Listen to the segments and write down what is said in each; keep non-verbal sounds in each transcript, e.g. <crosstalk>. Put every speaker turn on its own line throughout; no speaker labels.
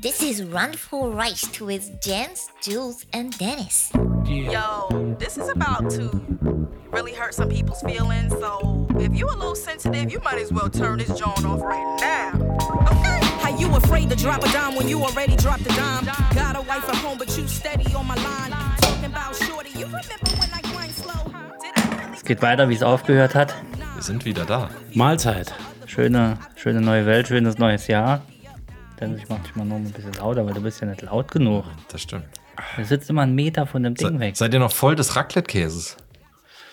This is Run for Rice with Jens, Jules, and Dennis.
Yo, this is about to really hurt some people's feelings. So if you a little sensitive, you might as well turn this joint off right now. Okay?
How you afraid to drop a dime when you already dropped a dime? Got a wife at home, but you steady on my line. Talking about shorty, you remember when I grind slow? Did I really
Es geht weiter, wie es aufgehört hat.
Wir sind wieder da.
Mahlzeit.
Schöne, schöne neue Welt, schönes neues Jahr. Dennis, ich mach dich mal noch ein bisschen lauter, weil du bist ja nicht laut genug.
Das stimmt.
Du sitzt immer einen Meter von dem Ding
Se
weg.
seid ihr noch voll des Raclette-Käses?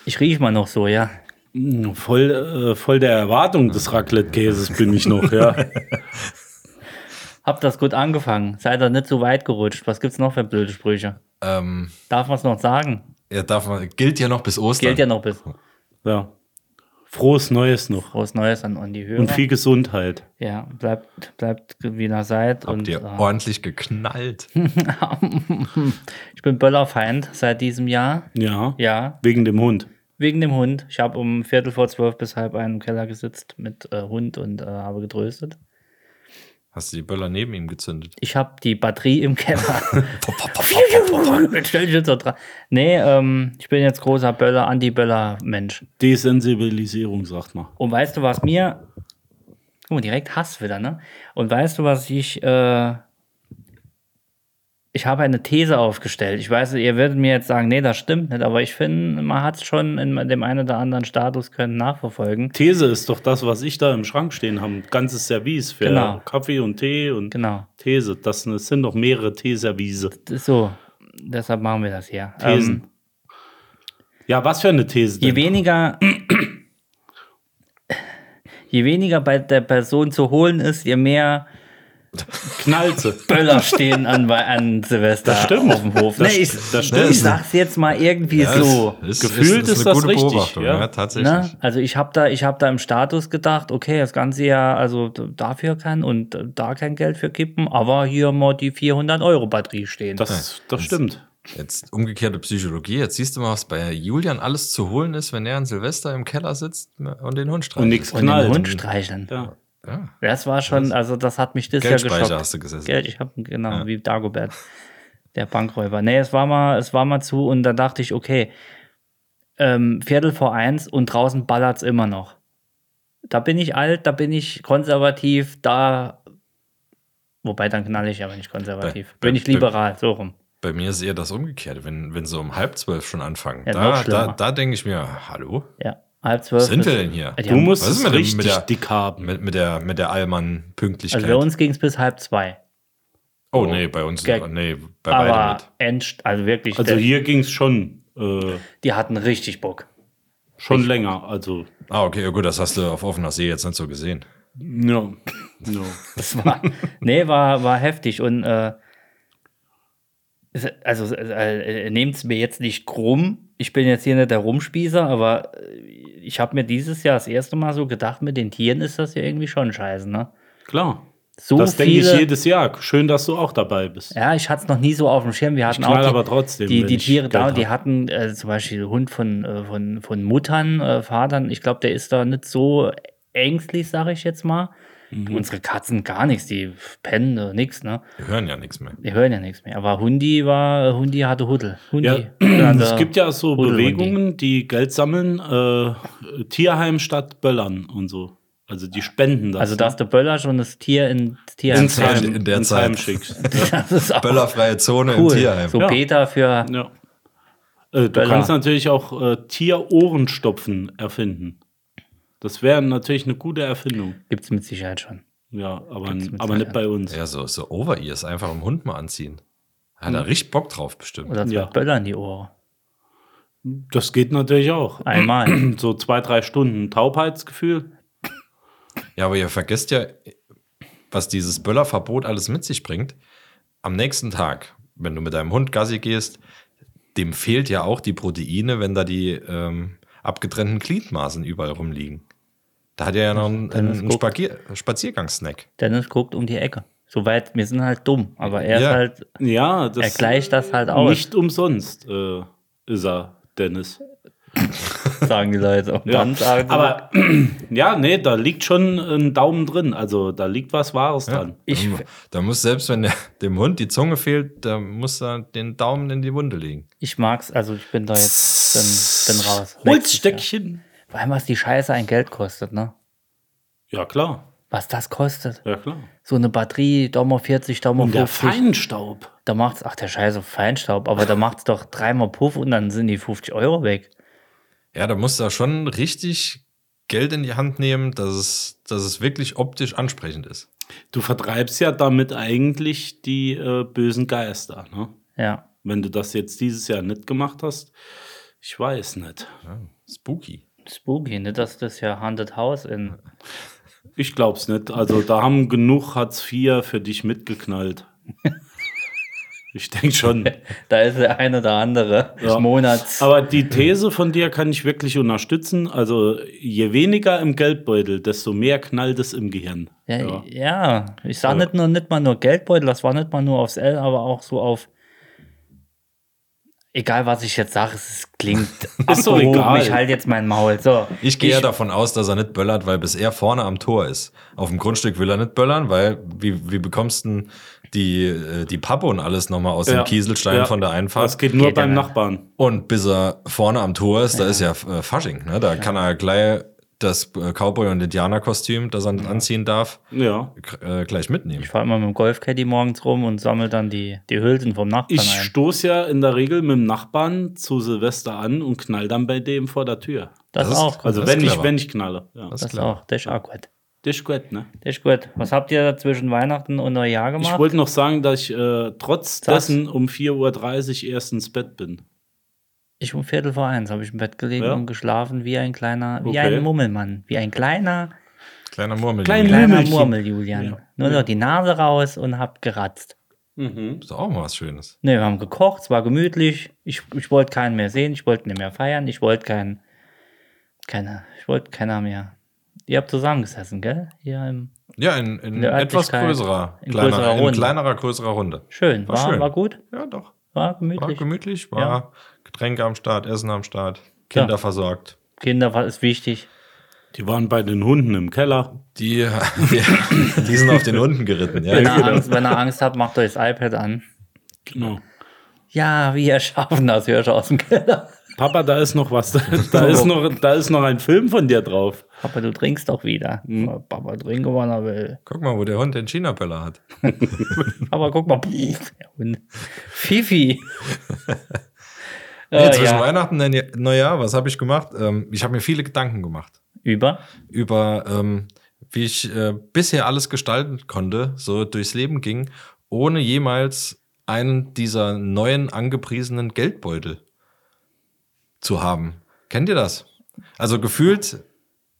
Ich riech mal noch so, ja.
Hm, Voll, äh, voll der Erwartung des Raclette-Käses bin ich noch, ja.
Habt das gut angefangen. Seid da nicht so weit gerutscht. Was gibt's noch für blöde Sprüche?
Ähm,
Darf man's noch sagen?
ja, darf man, gilt ja noch bis Ostern.
Gilt ja noch bis.
ja. Frohes Neues noch.
Frohes Neues an, an die Hörer.
Und viel Gesundheit.
Ja, bleibt, bleibt wie ihr seid.
Habt
und,
ihr
äh,
ordentlich geknallt?
ich bin Böllerfeind seit diesem Jahr.
Ja.
Ja,
Wegen dem Hund.
wegen dem Hund. Ich habe um Viertel vor zwölf bis halb einen im Keller gesitzt mit äh, Hund und äh, habe getröstet.
Hast du die Böller neben ihm gezündet?
Ich habe die Batterie im Keller. <laughs>
Pop, pop, pop, pop, pop, pop.
Jetzt Stell dich jetzt so dran. Nee, ähm, ich bin jetzt großer Böller, Anti-Böller-Mensch.
Desensibilisierung, sagt man.
Und weißt du, was mir. Guck mal, direkt Hass wieder, ne? Und weißt du, was ich. Äh, ich habe eine These aufgestellt. Ich weiß, ihr werdet mir jetzt sagen, nee, das stimmt nicht, aber ich finde, man hat es schon in dem einen oder anderen Status können nachverfolgen.
These ist doch das, was ich da im Schrank stehen habe. Ein ganzes Service für
Genau.
Kaffee und Tee und
Genau.
These. Das sind- das sind doch mehrere Teeservice.
Das ist So, deshalb machen wir das hier.
Thesen.
Ähm,
Ja, was für eine These
je
denn?
weniger. Je weniger bei der Person zu holen ist, je mehr
Knallte. <laughs>
Böller stehen an, an Silvester
Das stimmt.
auf dem Hof.
Das
Nee, ich,
st- das stimmt.
ich sag's jetzt mal irgendwie
Ja,
so.
es- es-
Gefühlt
es
ist das richtig,
ja.
ja.
tatsächlich.
Ne? Also ich habe da, ich hab da im Status gedacht, okay, das ganze Jahr, also d- dafür kann und äh, da kein Geld für kippen, aber hier mal die 400 Euro Batterie stehen.
Das, das stimmt.
Jetzt umgekehrte Psychologie. Jetzt siehst du mal, was bei Julian alles zu holen ist, wenn er an Silvester im Keller sitzt und den Hund streichelt.
Und nichts
und den
knallt.
Hund streicheln.
Ja.
Ja.
Das war schon, also das hat mich das Jahr
Geldspeicher
geschockt.
hast du gesessen.
Geld, ich habe genau wie Dagobert, der Bankräuber. Nee, es war mal, es war mal zu und da dachte ich, okay, ähm, Viertel vor eins und draußen ballert's immer noch. Da bin ich alt, da bin ich konservativ, da. Wobei dann knall ich ja, wenn ich konservativ
Bei-
bin. Bin ich
bei-
liberal, so rum.
Bei mir ist eher das Umgekehrte, wenn, wenn sie um halb zwölf schon anfangen.
Ja, noch
da da,
schlimmer.
da denke ich mir, hallo,
Ja, halb zwölf. Also
was sind
ist-
wir denn hier?
Ja,
Du musst
Was ist
es
mit dem- mit
richtig
der-
dick haben.
Mit, mit der, mit der Allmann-Pünktlichkeit.
Also bei uns ging's bis halb zwei.
oh, nee, bei uns
Gag.
nee, bei beiden
Aber
nicht.
endst, also wirklich,
Also
der-
hier ging es schon, äh,
die hatten richtig Bock.
schon länger. Also,
Ah, okay, ja, gut, das hast du auf offener See jetzt nicht so gesehen.
ja. ja.
Das war, nee, war, war heftig und äh, es- also äh, nehmt es mir jetzt nicht krumm. Ich bin jetzt hier nicht der Rumspießer, aber äh, ich habe mir dieses Jahr das erste Mal so gedacht, mit den Tieren ist das ja irgendwie schon scheiße, ne?
Klar.
So
das denke ich
viele.
jedes Jahr. Schön, dass du auch dabei bist.
ja, ich hatte es noch nie so auf dem Schirm. Wir hatten auch
knall
die,
aber trotzdem,
die,
wenn
die
ich
Tiere da,
Geld
die
hab.
hatten äh, zum Beispiel einen Hund von, äh, von, von Muttern, äh, Vatern. Ich glaube, der ist da nicht so ängstlich, sage ich jetzt mal.
Mhm.
Unsere Katzen gar nichts, die pennen, äh, nix, ne?
Wir hören ja nichts mehr.
Wir hören ja nichts mehr. Aber Hundi war, Hundi hatte Huddel. Hundi. Also
Ja,
hatte
es gibt ja so
Hudelhundi.
Bewegungen, die Geld sammeln, äh, Tierheim statt Böllern und so. Also die spenden das.
Also, dass der Böller schon das Tier in das Tier
ins Heim,
in der
ins
Zeit.
Heim schickst.
<laughs> Das ist auch
Böllerfreie Zone
cool.
im Tierheim.
So
Ja.
Peter für.
Ja. Äh, du
Böller.
kannst natürlich auch äh, Tierohrenstopfen erfinden. Das wäre natürlich eine gute Erfindung.
Gibt es mit Sicherheit schon.
Ja, aber,
Gibt's mit
aber nicht bei uns.
Ja, so, so Over-Ears einfach im Hund mal anziehen. Hat
Mhm.
er richtig Bock drauf bestimmt.
Oder zwei
Ja.
Böller in die Ohren.
Das geht natürlich auch.
<clears throat> Einmal.
So zwei, drei Stunden Taubheitsgefühl.
Ja, aber ihr vergesst ja, was dieses Böllerverbot alles mit sich bringt. Am nächsten Tag, wenn du mit deinem Hund Gassi gehst, dem fehlt ja auch die Proteine, wenn da die ähm, abgetrennten Gliedmaßen überall rumliegen. Da hat er ja noch einen,
Dennis
einen
guckt.
Spagier Spaziergangssnack.
Dennis guckt um die Ecke. Soweit, wir sind halt dumm. Aber er
Ja.
ist halt,
Ja, das
er gleicht das halt aus.
Nicht umsonst äh, ist er, Dennis.
sagen die Leute. Und
Ja,
dann sagen sie,
aber <clears throat> ja, nee, da liegt schon ein Daumen drin. Also da liegt was Wahres dran.
ich,
Da muss selbst, wenn der, dem Hund die Zunge fehlt, da muss er den Daumen in die Wunde legen.
ich mag's, also ich bin da jetzt bin, bin raus. Nächstes
Holzstöckchen.
Jahr. Vor allem, was die Scheiße ein Geld kostet, ne?
Ja, klar.
Was das kostet.
Ja, klar.
So eine Batterie, Daumen 40, Daumen
Und der
50.
Feinstaub.
Da macht's, ach der Scheiße, Feinstaub, aber da macht's doch dreimal Puff und dann sind die 50 Euro weg.
Ja, da muss er schon richtig Geld in die Hand nehmen, dass es, dass es wirklich optisch ansprechend ist.
Du vertreibst ja damit eigentlich die äh, bösen Geister, ne?
Ja.
Wenn du das jetzt dieses Jahr nicht gemacht hast, ich weiß nicht.
Spooky.
Spooky, ne? Das ist ja Haunted House in.
Ich glaub's nicht. Also da haben genug Hartz IV für
<laughs>
dich mitgeknallt. ich denke schon.
Da ist der eine oder andere des
Ja.
Monats.
Aber die These von dir kann ich wirklich unterstützen. Also je weniger im Geldbeutel, desto mehr knallt es im Gehirn.
ja,
Ja.
ja. ich sag nicht nur nicht mal nur Geldbeutel, das war nicht mal nur aufs L, aber auch so auf. Egal, was ich jetzt sage, es klingt
<laughs> Ist doch
abgehoben.
egal.
Ich halte jetzt mein Maul. So,
Ich gehe ja davon aus, dass er nicht böllert, weil bis er vorne am Tor ist. Auf dem Grundstück will er nicht böllern, weil wie, wie bekommst du die, äh, die Pappe und alles nochmal aus
Ja.
dem Kieselstein
Ja.
von der
Das
Einfahrt?
geht nur
Geht
beim
ja.
Nachbarn.
Und bis er vorne am Tor ist, da ist ja äh, Fasching. Ne? Da kann er gleich das äh, Cowboy- und Indianerkostüm, das er nicht anziehen darf,
Ja.
k- äh, gleich mitnehmen.
ich fahre immer mit dem Golfcaddy morgens rum und sammle dann die, die Hülsen vom Nachbarn
Ich
ein.
stoße ja in der Regel mit dem Nachbarn zu Silvester an und knall dann bei dem vor der Tür.
Das,
das ist-
auch.
Also
Das ist
wenn ich,
clever.
wenn ich knalle. Ja.
Das
das
ist klar.
auch. Das ist auch gut.
Das ist gut, ne?
Das ist gut. Was habt ihr zwischen Weihnachten und Neujahr gemacht?
Ich wollte noch sagen, dass ich äh, trotz
Sag's.
dessen um 4.30 Uhr erst ins Bett bin.
Ich um Viertel vor eins habe ich im Bett gelegen
Ja.
und geschlafen wie ein kleiner, wie
Okay.
ein Mummelmann, wie ein kleiner,
Kleiner Murmel.
Klein-
das
kleiner
Mümmelchen.
Murmel, Julian.
Ja.
Nur noch die Nase raus und hab geratzt.
ist auch mal was Schönes.
Ne, wir haben gekocht, es war gemütlich. Ich, ich wollte keinen mehr sehen, ich wollte nicht mehr feiern, ich wollte keinen, keine, ich wollte keiner mehr. Ihr habt zusammengesessen, gell? Hier im,
Ja, in, in
der
etwas
Örtlichkeit,
größerer,
in
kleiner,
größerer
in
Runde.
kleinerer, größerer Runde.
schön, war,
War
war,
schön.
gut,
Ja, doch.
war
War
gemütlich.
gemütlich, war
Ja.
Getränke am Start, Essen am Start, Kinder
Ja.
versorgt.
Kinder war, ist wichtig.
Die waren bei den Hunden im Keller.
Die, <laughs> die, die sind auf den Hunden geritten. Ja, genau.
Wenn ihr, Angst, wenn ihr Angst habt, macht euch das iPad an.
Genau.
Ja, wir schaffen das, hör schon aus dem
<laughs>
Keller.
Papa, da ist noch was. <laughs> Da,
<laughs>
da, ist noch, da ist noch ein Film von dir drauf.
Papa, du trinkst doch wieder.
Hm.
Ja, Papa, trinke, wann er will.
<laughs> Guck mal, wo der Hund den China-Böller hat.
Papa, guck
<laughs>
mal. Pff, der Hund. Fifi.
Nee,
Äh,
zwischen
ja.
Weihnachten und Neujahr, was habe ich gemacht? Ähm, ich habe mir viele Gedanken gemacht
Über.
über, ähm, wie ich äh, bisher alles gestalten konnte, so durchs Leben ging, ohne jemals einen dieser neuen angepriesenen Geldbeutel zu haben. Kennt ihr das? Also gefühlt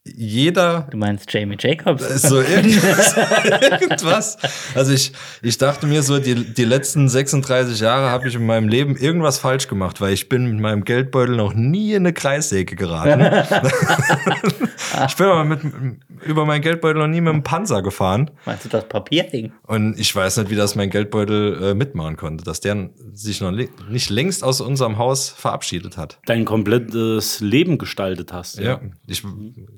jeder
Du meinst Jamie Jacobs.
ist so irgendwas. <laughs> irgendwas. Also ich, ich dachte mir so, die, die letzten 36 Jahre habe ich in meinem Leben irgendwas falsch gemacht, weil ich bin mit meinem Geldbeutel noch nie in eine Kreissäge geraten. ich bin aber mit, über meinen Geldbeutel noch nie mit einem Panzer gefahren.
meinst du das Papierding?
Und ich weiß nicht, wie das mein Geldbeutel äh, mitmachen konnte, dass der sich noch le- nicht längst aus unserem Haus verabschiedet hat.
Dein komplettes Leben gestaltet hast.
Ja, ich,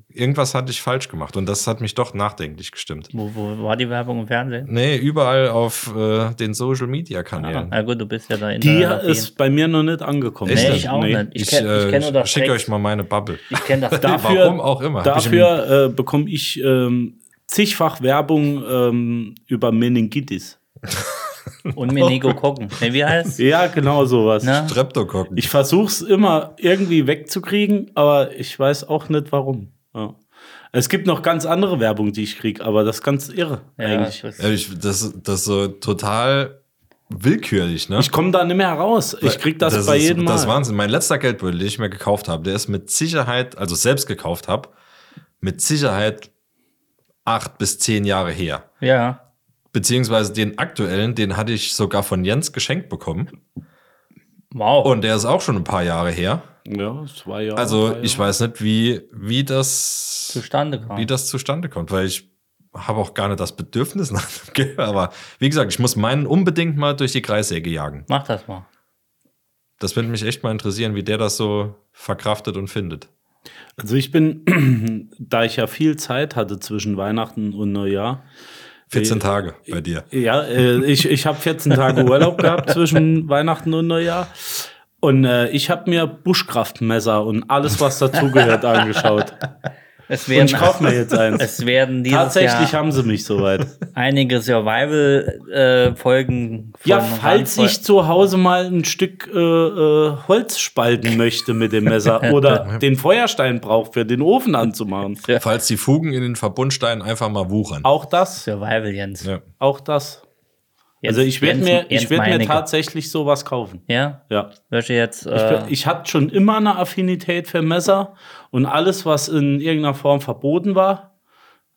irgendwas hatte ich falsch gemacht und das hat mich doch nachdenklich gestimmt.
Wo, wo war die Werbung im Fernsehen?
Nee, überall auf äh, den Social Media Kanälen.
Na gut, du bist ja also da in
Die
der
ist bei mir noch nicht angekommen.
Echt
Nee,
nicht?
ich auch nicht. Ich,
ich
kenn- ich kenne nur
äh,
das
schicke
Text.
euch mal meine Bubble.
Ich kenne das Darf.
Dafür-
Warum auch immer. Hab ich im-
Dafür äh, bekomme ich ähm, zigfach Werbung ähm, über Meningitis.
Und mir Nico gucken. Nee, wie heißt
Ja, genau sowas.
Na?
Streptokokken.
Ich versuche es immer irgendwie wegzukriegen, aber ich weiß auch nicht warum. Ja. Es gibt noch ganz andere Werbung, die ich kriege, aber das ist ganz irre eigentlich.
das
Ja, Äh, ich, das, das ist so total willkürlich, ne?
Ich komme da nicht mehr raus. Ich krieg das, bei
ist,
jedem Mal.
Das ist Wahnsinn. Mein letzter Geldbeutel, den ich mir gekauft habe, der ist mit Sicherheit, also selbst gekauft habe, mit Sicherheit acht bis zehn Jahre her.
ja.
Beziehungsweise den aktuellen, den hatte ich sogar von Jens geschenkt bekommen.
Wow.
Und der ist auch schon ein paar Jahre her.
ja, zwei Jahre.
Also
drei
ich
Jahre.
weiß nicht, wie, wie das
Zustande kam.
Ah.
wie das zustande kommt, weil ich habe auch gar nicht das Bedürfnis nach dem Geld. <laughs> Aber wie gesagt, ich muss meinen unbedingt mal durch die Kreissäge jagen.
Mach das mal.
Das würde mich echt mal interessieren, wie der das so verkraftet und findet.
Also ich bin, <clears throat> da ich ja viel Zeit hatte zwischen Weihnachten und Neujahr,
14 Tage bei dir.
ja, äh, ich, ich habe 14 Tage Urlaub gehabt zwischen Weihnachten und Neujahr. Und äh, ich habe mir Buschkraftmesser und alles,
<laughs>
was dazugehört, angeschaut.
Es
Und
werden,
ich kaufe mir jetzt
<laughs>
eins.
es werden dieses
Tatsächlich
Jahr
haben sie mich soweit.
<laughs>
einige äh, Survival-Folgen
Ja, falls ich zu Hause mal ein Stück äh, äh, Holz spalten möchte mit
<laughs>
dem Messer oder den Feuerstein braucht, für den Ofen anzumachen.
Falls die Fugen in den Verbundsteinen einfach mal wuchern.
Auch das,
Survival, Jens.
Ja.
auch das. Also ich werde
Jens-
mir, ich
Jens
werd mir
Meinicke.
tatsächlich sowas kaufen.
Ja,
Ja.
möchte jetzt.
Ich,
Äh,
ich hatte schon immer eine Affinität für Messer und alles, was in irgendeiner Form verboten war,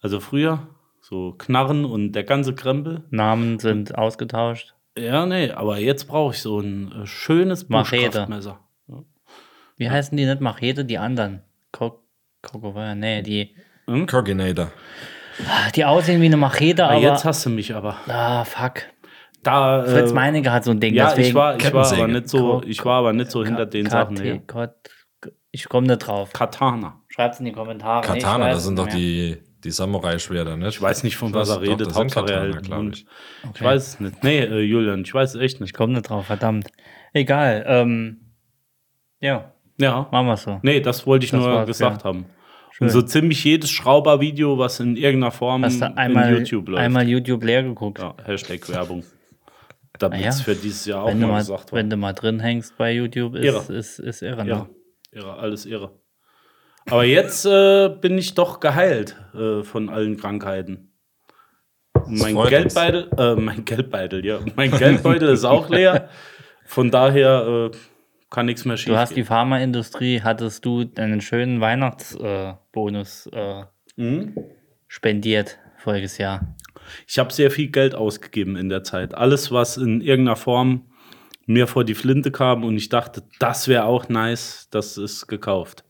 also früher, so Knarren und der ganze Krempel.
Namen sind ausgetauscht.
Ja, nee, aber jetzt brauche ich so ein äh, schönes
Machete.
Buschkraftmesser.
Wie heißen die nicht? Machete, die anderen. Kok Kokovar, nee, die,
Hm?
ah,
Coginator.
die aussehen wie eine Machete,
Ah,
aber.
jetzt hast du mich aber.
ah, fuck.
Da, äh,
Fritz Meinecke hat so ein Ding.
ja,
deswegen
ich war, ich war aber
Kettensäge.
nicht so,
Ko-
ich war aber nicht so hinter
Ka-
den
Kat-
Sachen. Ja.
Gott, ich komme nicht drauf.
Katana.
Schreibt's in die Kommentare. Nee, ich
Katana,
weiß
das sind
nicht
doch
mehr.
die, die Samurai-Schwerter, ne?
Ich weiß nicht, von was er
Das
redet.
sind
Hauptsache er
Katana,
hält den
glaube
Mund.
ich.
Ich weiß es nicht. Nee, äh, Julian, ich weiß es echt
Ich
nicht.
komme nicht drauf, verdammt. Egal. Ähm, ja,
Ja.
machen wir so.
Nee, das wollte ich
Das
nur
war's,
gesagt
ja.
haben. Und so ziemlich jedes Schraubervideo, was in irgendeiner Form
Hast du einmal,
in YouTube läuft.
einmal YouTube leer geguckt?
ja, Hashtag Werbung. Damit
Naja.
es für dieses Jahr auch
Ah, wenn, du
mal
mal,
gesagt
wenn
wird.
du mal drin hängst bei YouTube, ist
Irre.
Ist, ist irre ne?
Ja, irre, alles irre. Aber jetzt äh, bin ich doch geheilt äh, von allen Krankheiten. Und Mein
freut uns.
Geldbeutel, äh, mein
<laughs>
Geldbeutel, ja, mein Geldbeutel ist auch leer. Von daher äh, kann nichts mehr schief
Du hast die
gehen.
Pharmaindustrie, hattest du einen schönen Weihnachtsbonus äh, Bonus, äh,
Mhm.
spendiert voriges Jahr.
Ich habe sehr viel Geld ausgegeben in der Zeit. Alles, was in irgendeiner Form mir vor die Flinte kam und ich dachte, das wäre auch nice, das ist gekauft.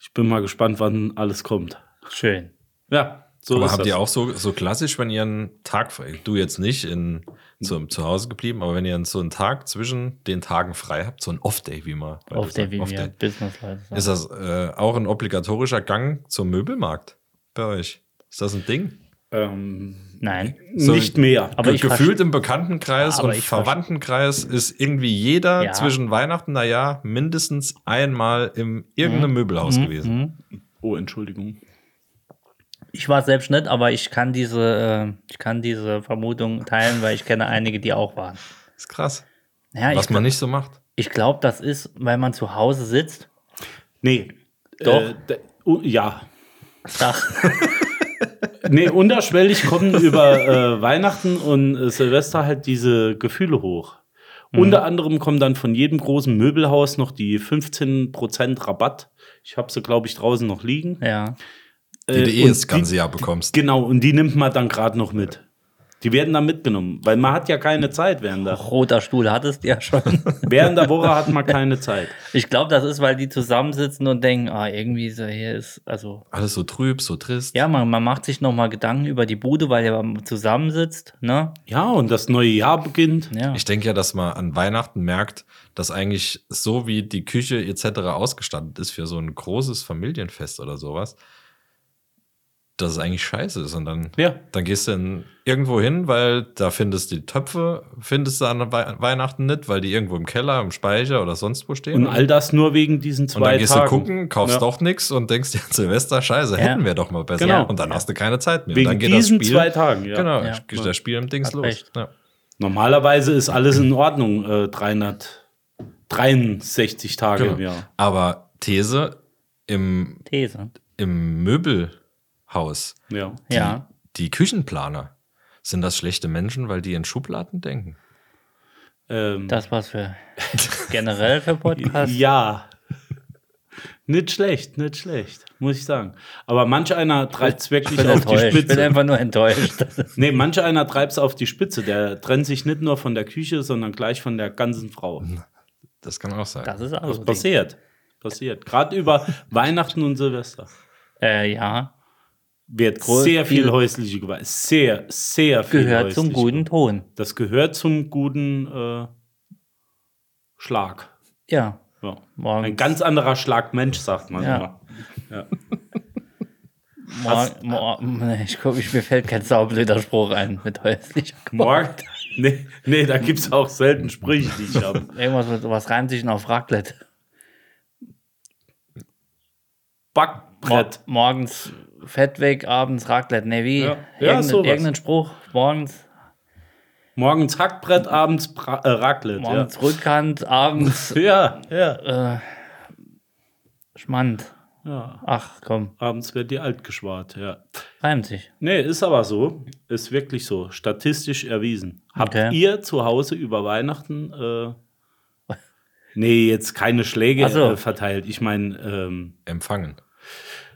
Ich bin mal gespannt, wann alles kommt.
Schön.
Ja, so
aber
ist
habt
das.
ihr auch so, so klassisch, wenn ihr einen Tag, frei- du jetzt nicht in, zum, zu Hause geblieben, aber wenn ihr so einen Tag zwischen den Tagen frei habt, so ein Off-Day, wie man heute
Auf der,
sagt,
wie wir
Off-Day.
Businessleute sagen.
Ist das äh, auch ein obligatorischer Gang zum Möbelmarkt bei euch? Ist das ein Ding?
Ähm,
Nein.
So-
nicht mehr.
Aber
Ge-
ich
Gefühlt im Bekanntenkreis
Ja, aber
und
ich
Verwandtenkreis ist irgendwie jeder
Ja.
zwischen Weihnachten und Neujahr mindestens einmal im irgendeinem
Mhm.
Möbelhaus gewesen.
Oh, Entschuldigung.
Ich war selbst nicht, aber ich kann diese, äh, ich kann diese Vermutung teilen, weil ich kenne einige, die auch waren.
Ist krass,
Ja,
was
ich,
man nicht so macht.
ich glaube, das ist, weil man zu Hause sitzt.
Nee.
Doch.
Äh, d- oh, ja. <laughs>
Ach,
Nee, unterschwellig kommen über äh, Weihnachten und äh, Silvester halt diese Gefühle hoch. Unter anderem kommen dann von jedem großen Möbelhaus noch die 15% Rabatt. Ich habe sie, glaube ich, draußen noch liegen.
ja.
Die
Äh,
du eh
und
das ganze
die-
Jahr bekommst.
Genau, und die nimmt man dann gerade noch mit. Die werden dann mitgenommen, weil man hat ja keine Zeit während der,
Roter Stuhl hattest du ja
<laughs>
schon.
während der Woche hat man keine Zeit.
Ich glaube, das ist, weil die zusammensitzen und denken, ah, irgendwie so hier ist, also
Alles so trüb, so trist.
Ja, man, man macht sich nochmal Gedanken über die Bude, weil ja man zusammensitzt, ne?
Ja, und das neue Jahr beginnt.
Ja.
Ich denke ja, dass man an Weihnachten merkt, dass eigentlich so wie die Küche etc. ausgestattet ist für so ein großes Familienfest oder sowas, dass es eigentlich scheiße ist. Und dann,
Ja.
dann gehst du in, irgendwo hin, weil da findest du die Töpfe, findest du an Wei- Weihnachten nicht, weil die irgendwo im Keller, im Speicher oder sonst wo stehen.
Und all das nur wegen diesen
Und dann
zwei
gehst
Tagen.
du gucken, kaufst
Ja.
doch nichts und denkst dir <laughs> an Silvester, scheiße, hätten wir doch mal besser.
Genau.
Und dann hast du keine Zeit mehr.
Wegen
dann geht
diesen
das Spiel,
zwei Tagen, ja.
Genau,
Ja.
geht das Spiel im Dings
Hat
los.
recht.
Ja.
Normalerweise ist alles in Ordnung, äh, 363 Tage im
Genau.
Jahr.
Aber These im
These.
im Möbelhaus,
Ja.
Ja.
die Küchenplaner, sind das schlechte Menschen, weil die in Schubladen denken?
Ähm,
Das war's
<laughs>
für generell für Podcasts.
ja. <laughs> nicht schlecht, nicht schlecht, muss ich sagen. Aber manch einer treibt es
Ich
wirklich
bin
auf die
enttäuscht. Ich bin
Spitze.
einfach nur enttäuscht.
Nee, manch einer treibt es auf die Spitze. Der trennt sich nicht nur von der Küche, sondern gleich von der ganzen Frau.
Das kann auch sein.
Das ist alles.
Das passiert. Passiert. Gerade über Weihnachten und Silvester.
Äh, ja.
Wird
Groß-
sehr viel
viel-
häusliche Gewalt. Sehr, sehr viel
Gehört zum
häusliche
guten Ton.
Das gehört zum guten äh, Schlag.
Ja.
Ja.
Morgens.
Ein ganz anderer Schlag Mensch, sagt man
Ja.
immer.
Mor mor nee, ich guck, ich, mir fällt kein saublöder Spruch ein mit häuslicher Mord.
Morgen. <laughs> Nee, nee, da gibt es auch selten Sprüche, die ich habe.
<laughs> Irgendwas mit, was reimt sich denn auf Raclette? Mor
Backbrett.
morgens Fett weg, abends Raclette. Nee, wie?
Ja. Ja,
irgendein,
sowas.
irgendein Spruch. Morgens,
Morgens Hackbrett, abends pra äh, Raclette.
morgens Rückhand,
<laughs>
abends
Ja, ja. ja.
Schmand.
ja.
Ach komm,
Abends wird die alt geschwart, ja.
reimt sich.
Nee, ist aber so. Ist wirklich so. Statistisch erwiesen. Habt
Okay.
ihr zu Hause über Weihnachten. Äh, <laughs> nee, jetzt keine Schläge
Ach so.
äh, verteilt. Ich meine, ähm,
Empfangen.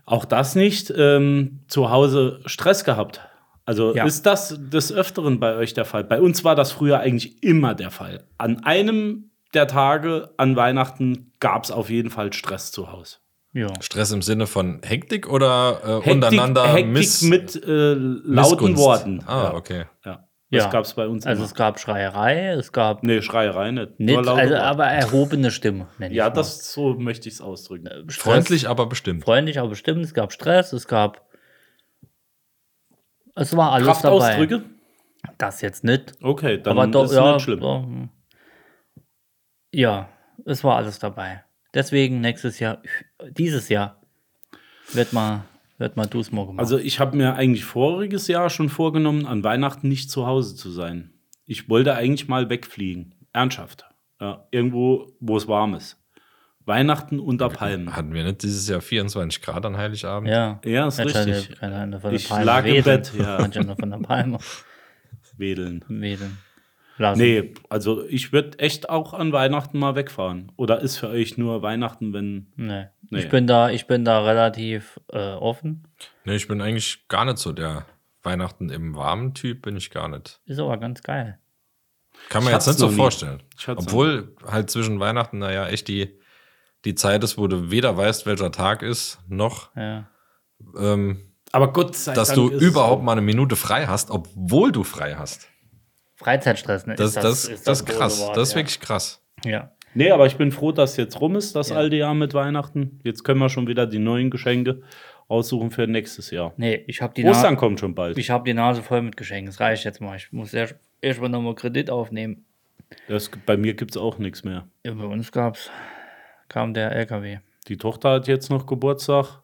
auch das nicht. Ähm, zu Hause Stress gehabt. Also
Ja.
ist das des Öfteren bei euch der Fall? Bei uns war das früher eigentlich immer der Fall. An einem der Tage an Weihnachten gab es auf jeden Fall Stress zu Hause.
Ja.
Stress im Sinne von Hektik oder äh,
Hektik,
untereinander
Hektik
Miss
mit äh, lauten
Missgunst?
Worten.
Ah,
ja.
okay.
Ja.
Ja.
Das gab es bei uns
Also
immer.
es gab Schreierei, es gab
Nee, Schreierei nicht.
nicht,
Nur laute
also,
Worte.
aber erhobene Stimme. nenn ich Äh,
ja,
mal.
das so möchte ich es ausdrücken.
Stress-
Freundlich, aber bestimmt.
freundlich, aber bestimmt. Es gab Stress, es gab. Es war alles
Kraftausdrücke?
dabei. Das jetzt nicht.
Okay, dann
aber doch,
ist
ja,
nicht schlimm.
doch, hm. ja, es war alles dabei. Deswegen nächstes Jahr, dieses Jahr, wird mal, wird mal Dusmo gemacht.
Also ich habe mir eigentlich voriges Jahr schon vorgenommen, an Weihnachten nicht zu Hause zu sein. Ich wollte eigentlich mal wegfliegen. Ernsthaft. Ja, irgendwo, wo es warm ist. Weihnachten unter Palmen.
Hatten wir nicht dieses Jahr 24 Grad an Heiligabend?
ja,
Ja, ist richtig.
Keine, keine von der
Ich
Palme
lag im
wedeln.
Bett, ja.
<laughs> Manche noch von der Palme
Wedeln.
wedeln. Lassen.
Nee, also ich würde echt auch an Weihnachten mal wegfahren. Oder ist für euch nur Weihnachten, wenn.
Nee.
Nee.
Ich bin da, ich bin da relativ äh, offen.
Nee, ich bin eigentlich gar nicht so der Weihnachten im warmen Typ, bin ich gar nicht.
Ist aber ganz geil.
Kann man
Ich
jetzt nicht
hat's
so
noch nie.
vorstellen.
Ich hat's
Obwohl halt zwischen Weihnachten, naja, echt die, die Zeit ist, wo du weder weißt, welcher Tag ist, noch,
Ja.
ähm,
Aber Gott sei
dass du überhaupt mal eine Minute frei hast, obwohl du frei hast.
Freizeitstress, ne?
Das, das, das, ist
große
krass.
Wort,
das ist
ja.
wirklich krass.
Ja.
Nee, aber ich bin froh, dass jetzt rum ist, das
Ja.
alte Jahr mit Weihnachten. Jetzt können wir schon wieder die neuen Geschenke aussuchen für nächstes Jahr.
Nee, ich habe die
Ostern
Nase,
kommt schon bald.
ich hab die Nase voll mit Geschenken. Das reicht jetzt mal. Ich muss erst- erst mal nochmal Kredit aufnehmen.
Das, bei mir gibt es auch nichts mehr.
Ja, bei uns gab's, kam der LKW.
Die Tochter hat jetzt noch Geburtstag,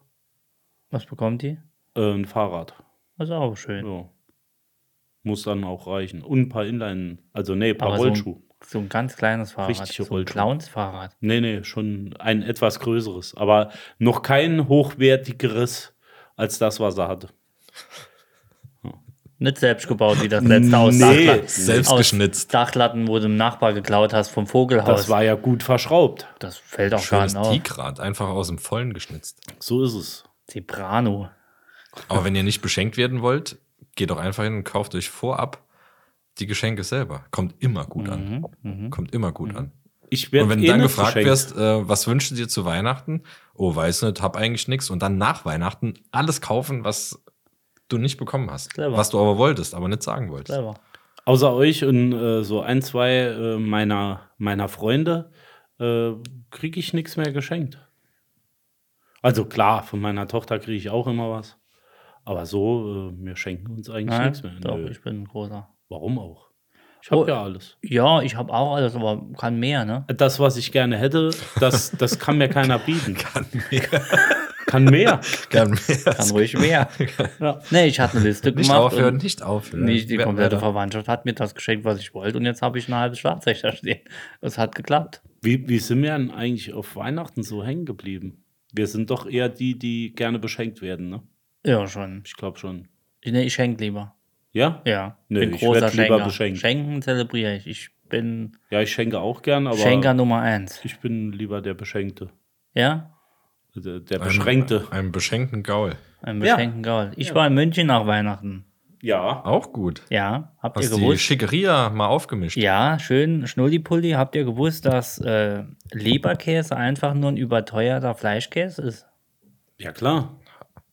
Was bekommt die?
äh, ein Fahrrad.
Das ist auch schön.
Ja. Muss dann auch reichen. Und ein paar Inline, also nee, ein paar
Aber
Rollschuhe.
So ein, so ein ganz kleines Fahrrad. so
Richtige
ein
Rollschuh.
Clowns-Fahrrad.
Nee, nee, schon ein etwas größeres. Aber noch kein hochwertigeres als das, was er hatte.
Nicht selbst gebaut, wie das
<laughs>
letzte aus,
Nee,
Dachlatten,
selbst
aus
geschnitzt.
Dachlatten, wo du im Nachbar geklaut hast vom Vogelhaus.
Das war ja gut verschraubt.
Das fällt auch gar
Schönes
nicht auf.
Tigrad, einfach aus dem Vollen geschnitzt.
So ist es.
Zebrano.
Aber wenn ihr nicht beschenkt werden wollt, geht doch einfach hin und kauft euch vorab die Geschenke selber. Kommt immer gut
Mhm.
an. Kommt immer gut an.
Ich werd
und wenn
eh
du dann
nicht
gefragt
geschenkt.
wirst, äh, was wünschst du dir zu Weihnachten? Oh, weiß nicht, hab eigentlich nichts. Und dann nach Weihnachten alles kaufen, was du nicht bekommen hast.
Clever.
Was du aber wolltest, aber nicht sagen wolltest.
Selber.
Außer euch und äh, so ein, zwei äh, meiner, meiner Freunde äh, kriege ich nichts mehr geschenkt. Also klar, von meiner Tochter kriege ich auch immer was. Aber so, äh, wir schenken uns eigentlich
Nein,
nichts mehr.
doch,
Nö.
ich bin ein großer.
Warum auch? Ich habe
Oh.
ja alles.
Ja, ich habe auch alles, aber kann mehr, ne?
Das, was ich gerne hätte, das, das kann mir
<laughs>
keiner bieten.
Kann mehr.
Kann mehr.
Kann mehr.
Kann ruhig mehr.
<laughs> Ja.
Nee, ich hatte eine Liste
Nicht
gemacht.
aufhören,
und
nicht aufhören.
Nicht die
Wer-
komplette
wer-
Verwandtschaft hat mir das geschenkt, was ich wollte, und jetzt habe ich ein halbes Schlagzeug da stehen. Es hat geklappt.
Wie, wie sind wir denn eigentlich auf Weihnachten so hängen geblieben? Wir sind doch eher die, die gerne beschenkt werden, ne?
Ja, schon.
Ich glaube schon.
Ich, nee, ich schenke lieber.
Ja?
Ja,
Nee,
bin
ich
großer
werd lieber
Schenker.
beschenkt.
Schenken zelebriere ich. Ich bin
Ja, ich schenke auch gern, aber
Schenker Nummer eins.
ich bin lieber der Beschenkte.
Ja,
Der, der
Ein-
Beschränkte.
Einem beschenkten Gaul.
ein
Ja.
beschenkten Gaul. Ich war in München nach Weihnachten.
Ja.
Auch gut.
Ja, habt ihr
Hast die
gewusst?
Schickeria mal aufgemischt.
Ja, schön Schnullipulli. Habt ihr gewusst, dass äh, Leberkäse einfach nur ein überteuerter Fleischkäse ist?
Ja, klar.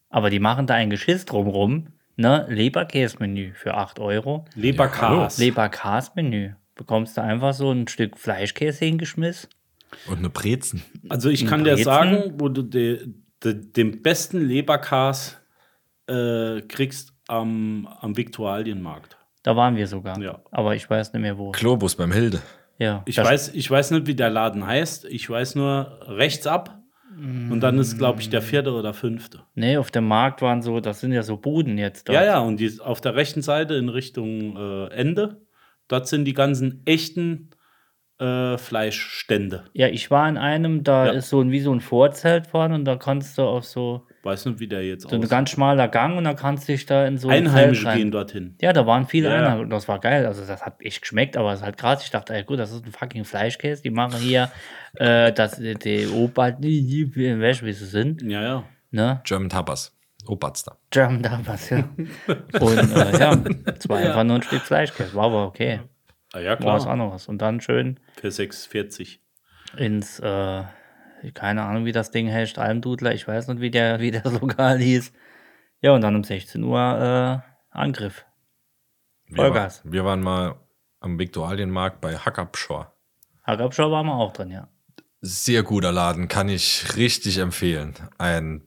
Aber die machen da ein Geschiss drumrum. Ne? Leberkäse-Menü für 8 Euro. Ah,
Leberkas.
Leberkäse-Menü. Bekommst du einfach so ein Stück Fleischkäse hingeschmissen
Und eine Brezen.
Also ich kann dir
Brezen?
sagen, wo du de, de, den besten Leberkas äh, kriegst am, am Viktualienmarkt.
Da waren wir sogar.
Ja.
Aber ich weiß nicht mehr wo.
Globus beim Hilde.
Ja,
Ich
das-
weiß, ich weiß nicht, wie der Laden heißt. Ich weiß nur rechts ab. Und dann ist, glaube ich, der vierte oder fünfte.
Nee, ne, auf dem Markt waren so, das sind ja so Buden jetzt. dort.
Ja, ja, und die, auf der rechten Seite in Richtung äh, Ende, dort sind die ganzen echten äh, Fleischstände.
Ja, ich war in einem, da
Ja.
ist so ein, wie so ein Vorzelt vorne und da kannst du auf so,
Weiß nicht, wie der jetzt
so ein
aussieht.
ganz schmaler Gang und da kannst du dich da in so ein
Einheimische
Zelt rein.
gehen dorthin.
Ja, da waren viele
Ja, ja.
Einheimische und das war geil. Also das hat echt geschmeckt, aber es ist halt krass. Ich dachte, ey, gut, das ist ein fucking Fleischkäse. Die machen
<laughs>
hier äh, das, die Opa, die, die, die, weißt du, wie sie sind,
Ja, ja.
ne?
German Tapas. Obatster.
German damals, ja. Und äh, ja,
<laughs>
es war einfach nur ein Stück Fleischkäse. War aber okay.
Ah, ja,
War was
klar.
anderes. Und dann schön
Für 6,40.
ins, äh, keine Ahnung, wie das Ding heißt, Almdudler, ich weiß nicht, wie, der, <laughs> wie das Lokal hieß. Ja, und dann um 16 Uhr äh, Angriff.
Wir, war,
Vollgas.
wir waren mal am Viktualienmarkt bei Hackabschor.
Hagabschau waren wir auch drin, ja.
Sehr guter Laden, kann ich richtig empfehlen. Ein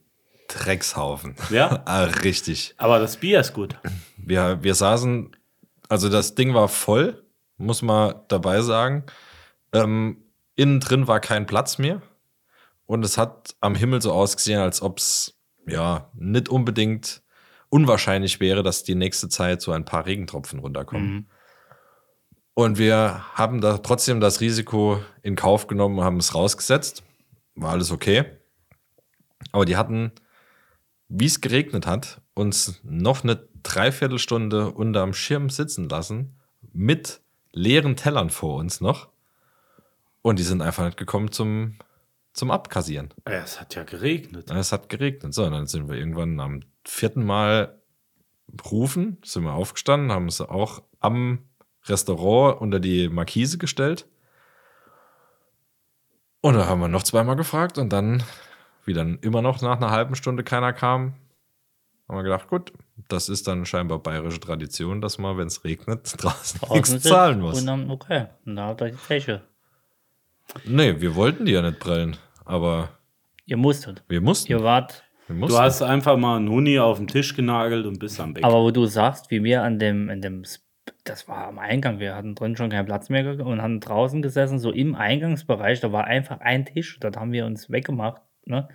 Dreckshaufen. <laughs>
Ja?
ah, richtig.
Aber das Bier ist gut.
Wir, wir saßen, also das Ding war voll, muss man dabei sagen. Ähm, innen drin war kein Platz mehr. Und es hat am Himmel so ausgesehen, als ob es ja nicht unbedingt unwahrscheinlich wäre, dass die nächste Zeit so ein paar Regentropfen runterkommen. Und wir haben da trotzdem das Risiko in Kauf genommen, und haben es rausgesetzt. War alles okay. Aber die hatten, wie es geregnet hat, uns noch eine Dreiviertelstunde unterm Schirm sitzen lassen, mit leeren Tellern vor uns noch. Und die sind einfach nicht gekommen zum, zum Abkassieren.
Ja, Es hat ja geregnet.
Es hat geregnet. So, und dann sind wir irgendwann am vierten Mal rufen, sind wir aufgestanden, haben es auch am Restaurant unter die Markise gestellt. Und da haben wir noch zweimal gefragt und dann, wie dann immer noch nach einer halben Stunde keiner kam, haben wir gedacht, gut, das ist dann scheinbar bayerische Tradition, dass man, wenn es regnet, <laughs> draußen nichts
Draußen sitzt
zahlen
Genau.
muss.
Und dann, okay, und da habt ihr die Zeche.
Nee, wir wollten die ja nicht prellen, aber
Ihr musstet.
wir mussten.
Ihr wart,
wir
Du
mussten.
hast einfach mal einen Huni auf den Tisch genagelt und bist am Weg.
aber wo du sagst, wie wir an dem, in dem, Sp- das war am Eingang, wir hatten drin schon keinen Platz mehr ge- und haben draußen gesessen, so im Eingangsbereich, da war einfach ein Tisch, dort haben wir uns weggemacht, ne?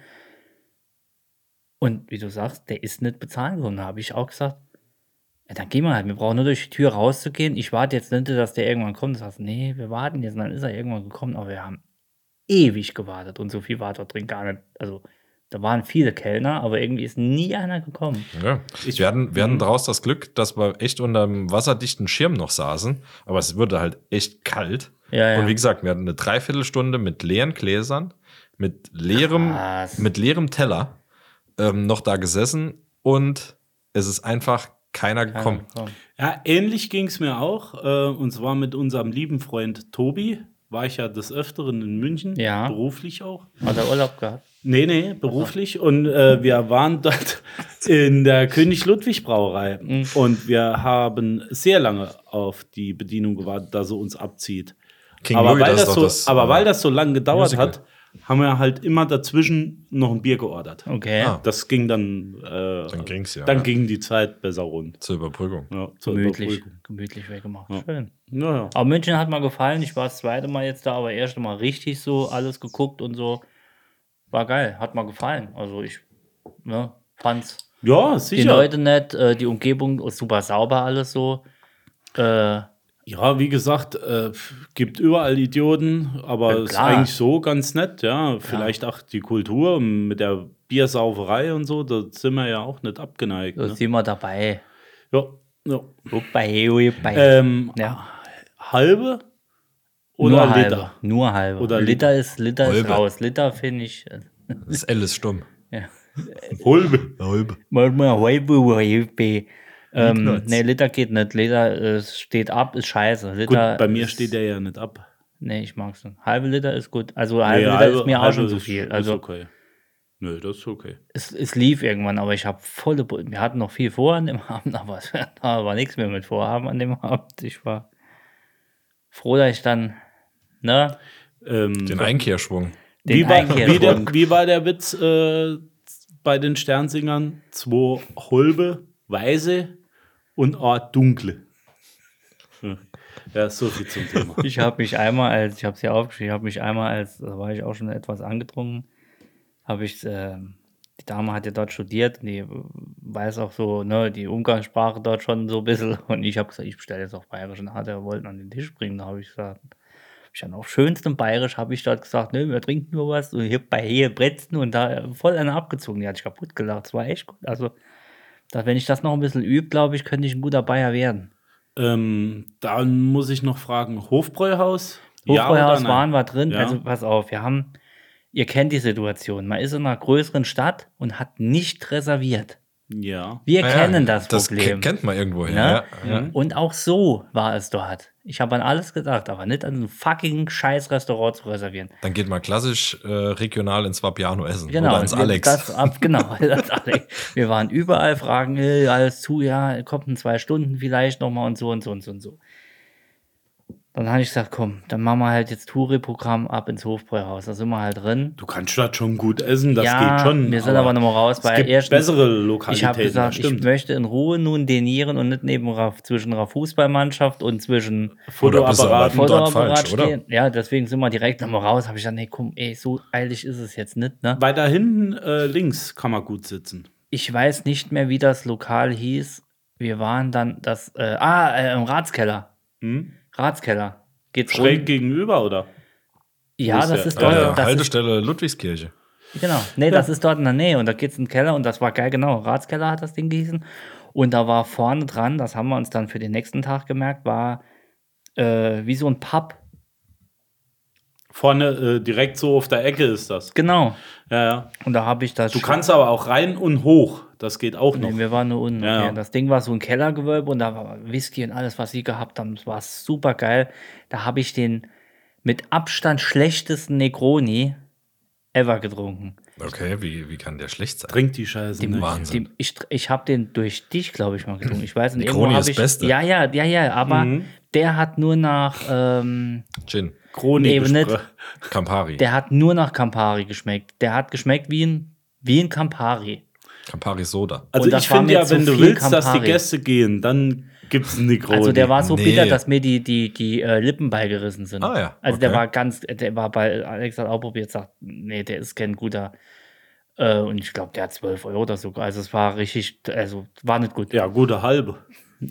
Und wie du sagst, der ist nicht bezahlen worden. Da habe ich auch gesagt, ja, dann gehen wir halt. Wir brauchen nur durch die Tür rauszugehen. Ich warte jetzt nicht, dass der irgendwann kommt. Du sagst, nee, wir warten jetzt. Und dann ist er irgendwann gekommen. Aber wir haben ewig gewartet. Und so viel war dort drin gar nicht. Also, da waren viele Kellner, aber irgendwie ist nie einer gekommen.
Ja. wir hatten, wir hatten
Mhm.
draus das Glück, dass wir echt unter einem wasserdichten Schirm noch saßen, aber es wurde halt echt kalt.
Ja, ja.
Und wie gesagt, wir hatten eine Dreiviertelstunde mit leeren Gläsern, mit leerem,
Krass.
mit leerem Teller ähm, noch da gesessen und es ist einfach keiner gekommen.
Ja, ähnlich ging es mir auch. Äh, und zwar mit unserem lieben Freund Tobi. War ich ja des Öfteren in München.
Ja.
Beruflich auch.
Hat er Urlaub gehabt?
Nee, nee, beruflich. Und äh, wir
<laughs>
waren dort in der König-Ludwig-Brauerei.
Mhm.
Und wir haben sehr lange auf die Bedienung gewartet, dass sie uns abzieht.
King
aber
Louis,
weil,
das ist
das so,
doch das,
aber
äh,
weil das so lange gedauert
Musical.
hat, haben wir halt immer dazwischen noch ein Bier geordert.
Okay.
Ah.
Das ging dann. Äh,
Dann ging's ja,
Dann
ja.
ging die Zeit besser rund.
Zur Überbrückung.
Ja, zur
Gemütlich.
Überbrückung.
Gemütlich weggemacht. Schön.
Ja, ja.
Aber München hat mir gefallen. Ich war das zweite Mal jetzt da, aber erste Mal richtig so alles geguckt und so. War geil. Hat mir gefallen. Also, ich ne, fand's.
ja,
die
sicher.
Leute nett, äh, die Umgebung ist super sauber, alles so. Äh,
Ja, wie gesagt, äh, gibt überall Idioten, aber
Ja,
ist
klar.
eigentlich so ganz nett, ja. Vielleicht auch die Kultur mit der Biersauferei und so, da sind wir ja auch nicht abgeneigt.
da
Ne?
sind wir dabei.
Ja, ja.
Wobei, wobei.
Ähm,
ja,
Halbe oder
nur halbe.
Liter?
Nur halbe.
Oder
Liter ist, Liter ist
Halbe.
raus. Liter finde ich. äh,
Das L ist stumm.
Ja.
Halbe.
Halb.
Manchmal halbe, halbe. Ähm, nee, Liter geht nicht. Liter äh, steht ab, ist scheiße.
Gut,
Liter
bei mir
ist,
steht der ja nicht ab.
Nee, ich mag's nicht. Halbe Liter ist gut. Also halbe
Nee,
Liter
halbe-
ist mir auch
halbe
schon zu
ist-
viel.
ist
Also
okay. Nö, das ist okay.
es, es lief irgendwann, aber ich habe volle. Bu- Wir hatten noch viel vor an dem <laughs> Abend, aber es da war nichts mehr mit Vorhaben an dem Abend. Ich war froh, dass ich dann, ne?
Ähm,
Den Einkehrschwung.
Den
wie, war,
Einkehrschwung.
wie, der, wie war der Witz äh, bei den Sternsingern? Zwei Holbe, Weiße und ein Dunkle. Hm. Ja, so viel zum Thema.
<laughs> Ich habe mich einmal als, ich habe es hier aufgeschrieben, ich habe mich einmal als, da war ich auch schon etwas angetrunken, habe ich, äh, die Dame hat ja dort studiert und die weiß auch so, ne, die Umgangssprache dort schon so ein bisschen. Und ich habe gesagt, ich bestelle jetzt auch bayerischen Art, er wollte an den Tisch bringen. Da habe ich gesagt, hab ich dann auf schönstem Bayerisch habe ich dort gesagt, ne, wir trinken nur was und hier bei hier Bretzen und da voll einen abgezogen. Die hat sich kaputt gelacht, das war echt gut. Also, dass, wenn ich das noch ein bisschen übe, glaube ich, könnte ich ein guter Bayer werden.
ähm, dann muss ich noch fragen: Hofbräuhaus?
Hofbräuhaus
nein?
waren wir drin.
Ja.
Also pass auf, wir haben, ihr kennt die Situation. Man ist in einer größeren Stadt und hat nicht reserviert.
Ja.
Wir
Ah ja,
kennen das,
ke-
Problem.
kennt man irgendwo her.
ne?
Ja. Mhm. Ja.
Und auch so war es dort. Ich habe an alles gedacht, aber nicht an ein fucking scheiß Restaurant zu reservieren.
Dann geht man klassisch äh, regional ins Vapiano essen.
Genau.
Oder ins
wir-
Alex.
Das,
<laughs>
ab, genau, <laughs> das Alex. Wir waren überall, fragen, äh, alles zu, ja, kommt in zwei Stunden vielleicht nochmal und so und so und so und so. Dann habe ich gesagt, komm, dann machen wir halt jetzt Touri-Programm ab ins Hofbräuhaus. Da sind wir halt drin.
Du kannst das schon gut essen, das
ja,
geht schon.
Wir sind aber, nochmal raus,
es
weil
gibt
erstens,
bessere
ich habe
Lokalitäten. das
gesagt, ich
stimmt.
möchte in Ruhe nun denieren und nicht neben Ra- zwischen einer Fußballmannschaft und zwischen
Oder bist du
Fotoapparat.
aber- dort
Fotoapparat
falsch, oder?
stehen. Ja, deswegen sind wir direkt nochmal raus. Habe ich dann, nee, komm, ey, so eilig ist es jetzt nicht, ne?
Weiter hinten äh, links kann man gut sitzen.
Ich weiß nicht mehr, wie das Lokal hieß. Wir waren dann das, äh, ah, äh, im Ratskeller.
Hm?
Ratskeller. Geht's
Schräg
rund? gegenüber?
gegenüber, oder?
Ja,
Ist
das
ja-
ist
Ja,
dort.
ja,
das ist
Haltestelle Ludwigskirche.
Genau. Nee, das ist dort in der Nähe und da geht's in den Keller und das war geil, genau. Ratskeller hat das Ding gießen. Und da war vorne dran, das haben wir uns dann für den nächsten Tag gemerkt, war äh, wie so ein Pub.
Vorne äh, direkt so auf der Ecke ist das.
Genau.
Ja, ja.
Und da habe ich das.
Du kannst aber auch rein und hoch. Das geht auch noch.
Nee, wir waren nur unten.
Ja,
okay.
ja.
Das Ding war so ein Kellergewölbe und da war Whisky und alles, was sie gehabt haben. Das war super geil. Da habe ich den mit Abstand schlechtesten Negroni ever getrunken.
Okay, wie, wie kann der schlecht sein?
Trink die Scheiße nicht.
Wahnsinn.
Die, ich ich habe den durch dich, glaube ich, mal getrunken. Ich weiß nicht.
Negroni
irgendwo hab
ist
ich,
Beste.
Ja, ja, ja, ja. Aber
Mhm.
der hat nur nach, ähm,
Gin,
Chronik.
Eben nicht.
bespre-
Campari.
der hat nur nach Campari geschmeckt. Der hat geschmeckt wie ein, wie ein Campari.
Campari Soda.
Also
Und das
ich
war
finde
mir
ja,
zu
wenn du
viel
willst, dass die
Campari.
Gäste gehen, dann gibt's einen Negroni.
<laughs> Also der war so
Nee.
bitter, dass mir die, die, die äh, Lippen beigerissen sind.
Ah ja,
Also der
okay.
war ganz, der war bei Alex hat auch probiert, sagt, nee, der ist kein guter. Äh, und ich glaube, der hat 12 Euro oder so. Also es war richtig, also war nicht gut.
ja, gute halbe.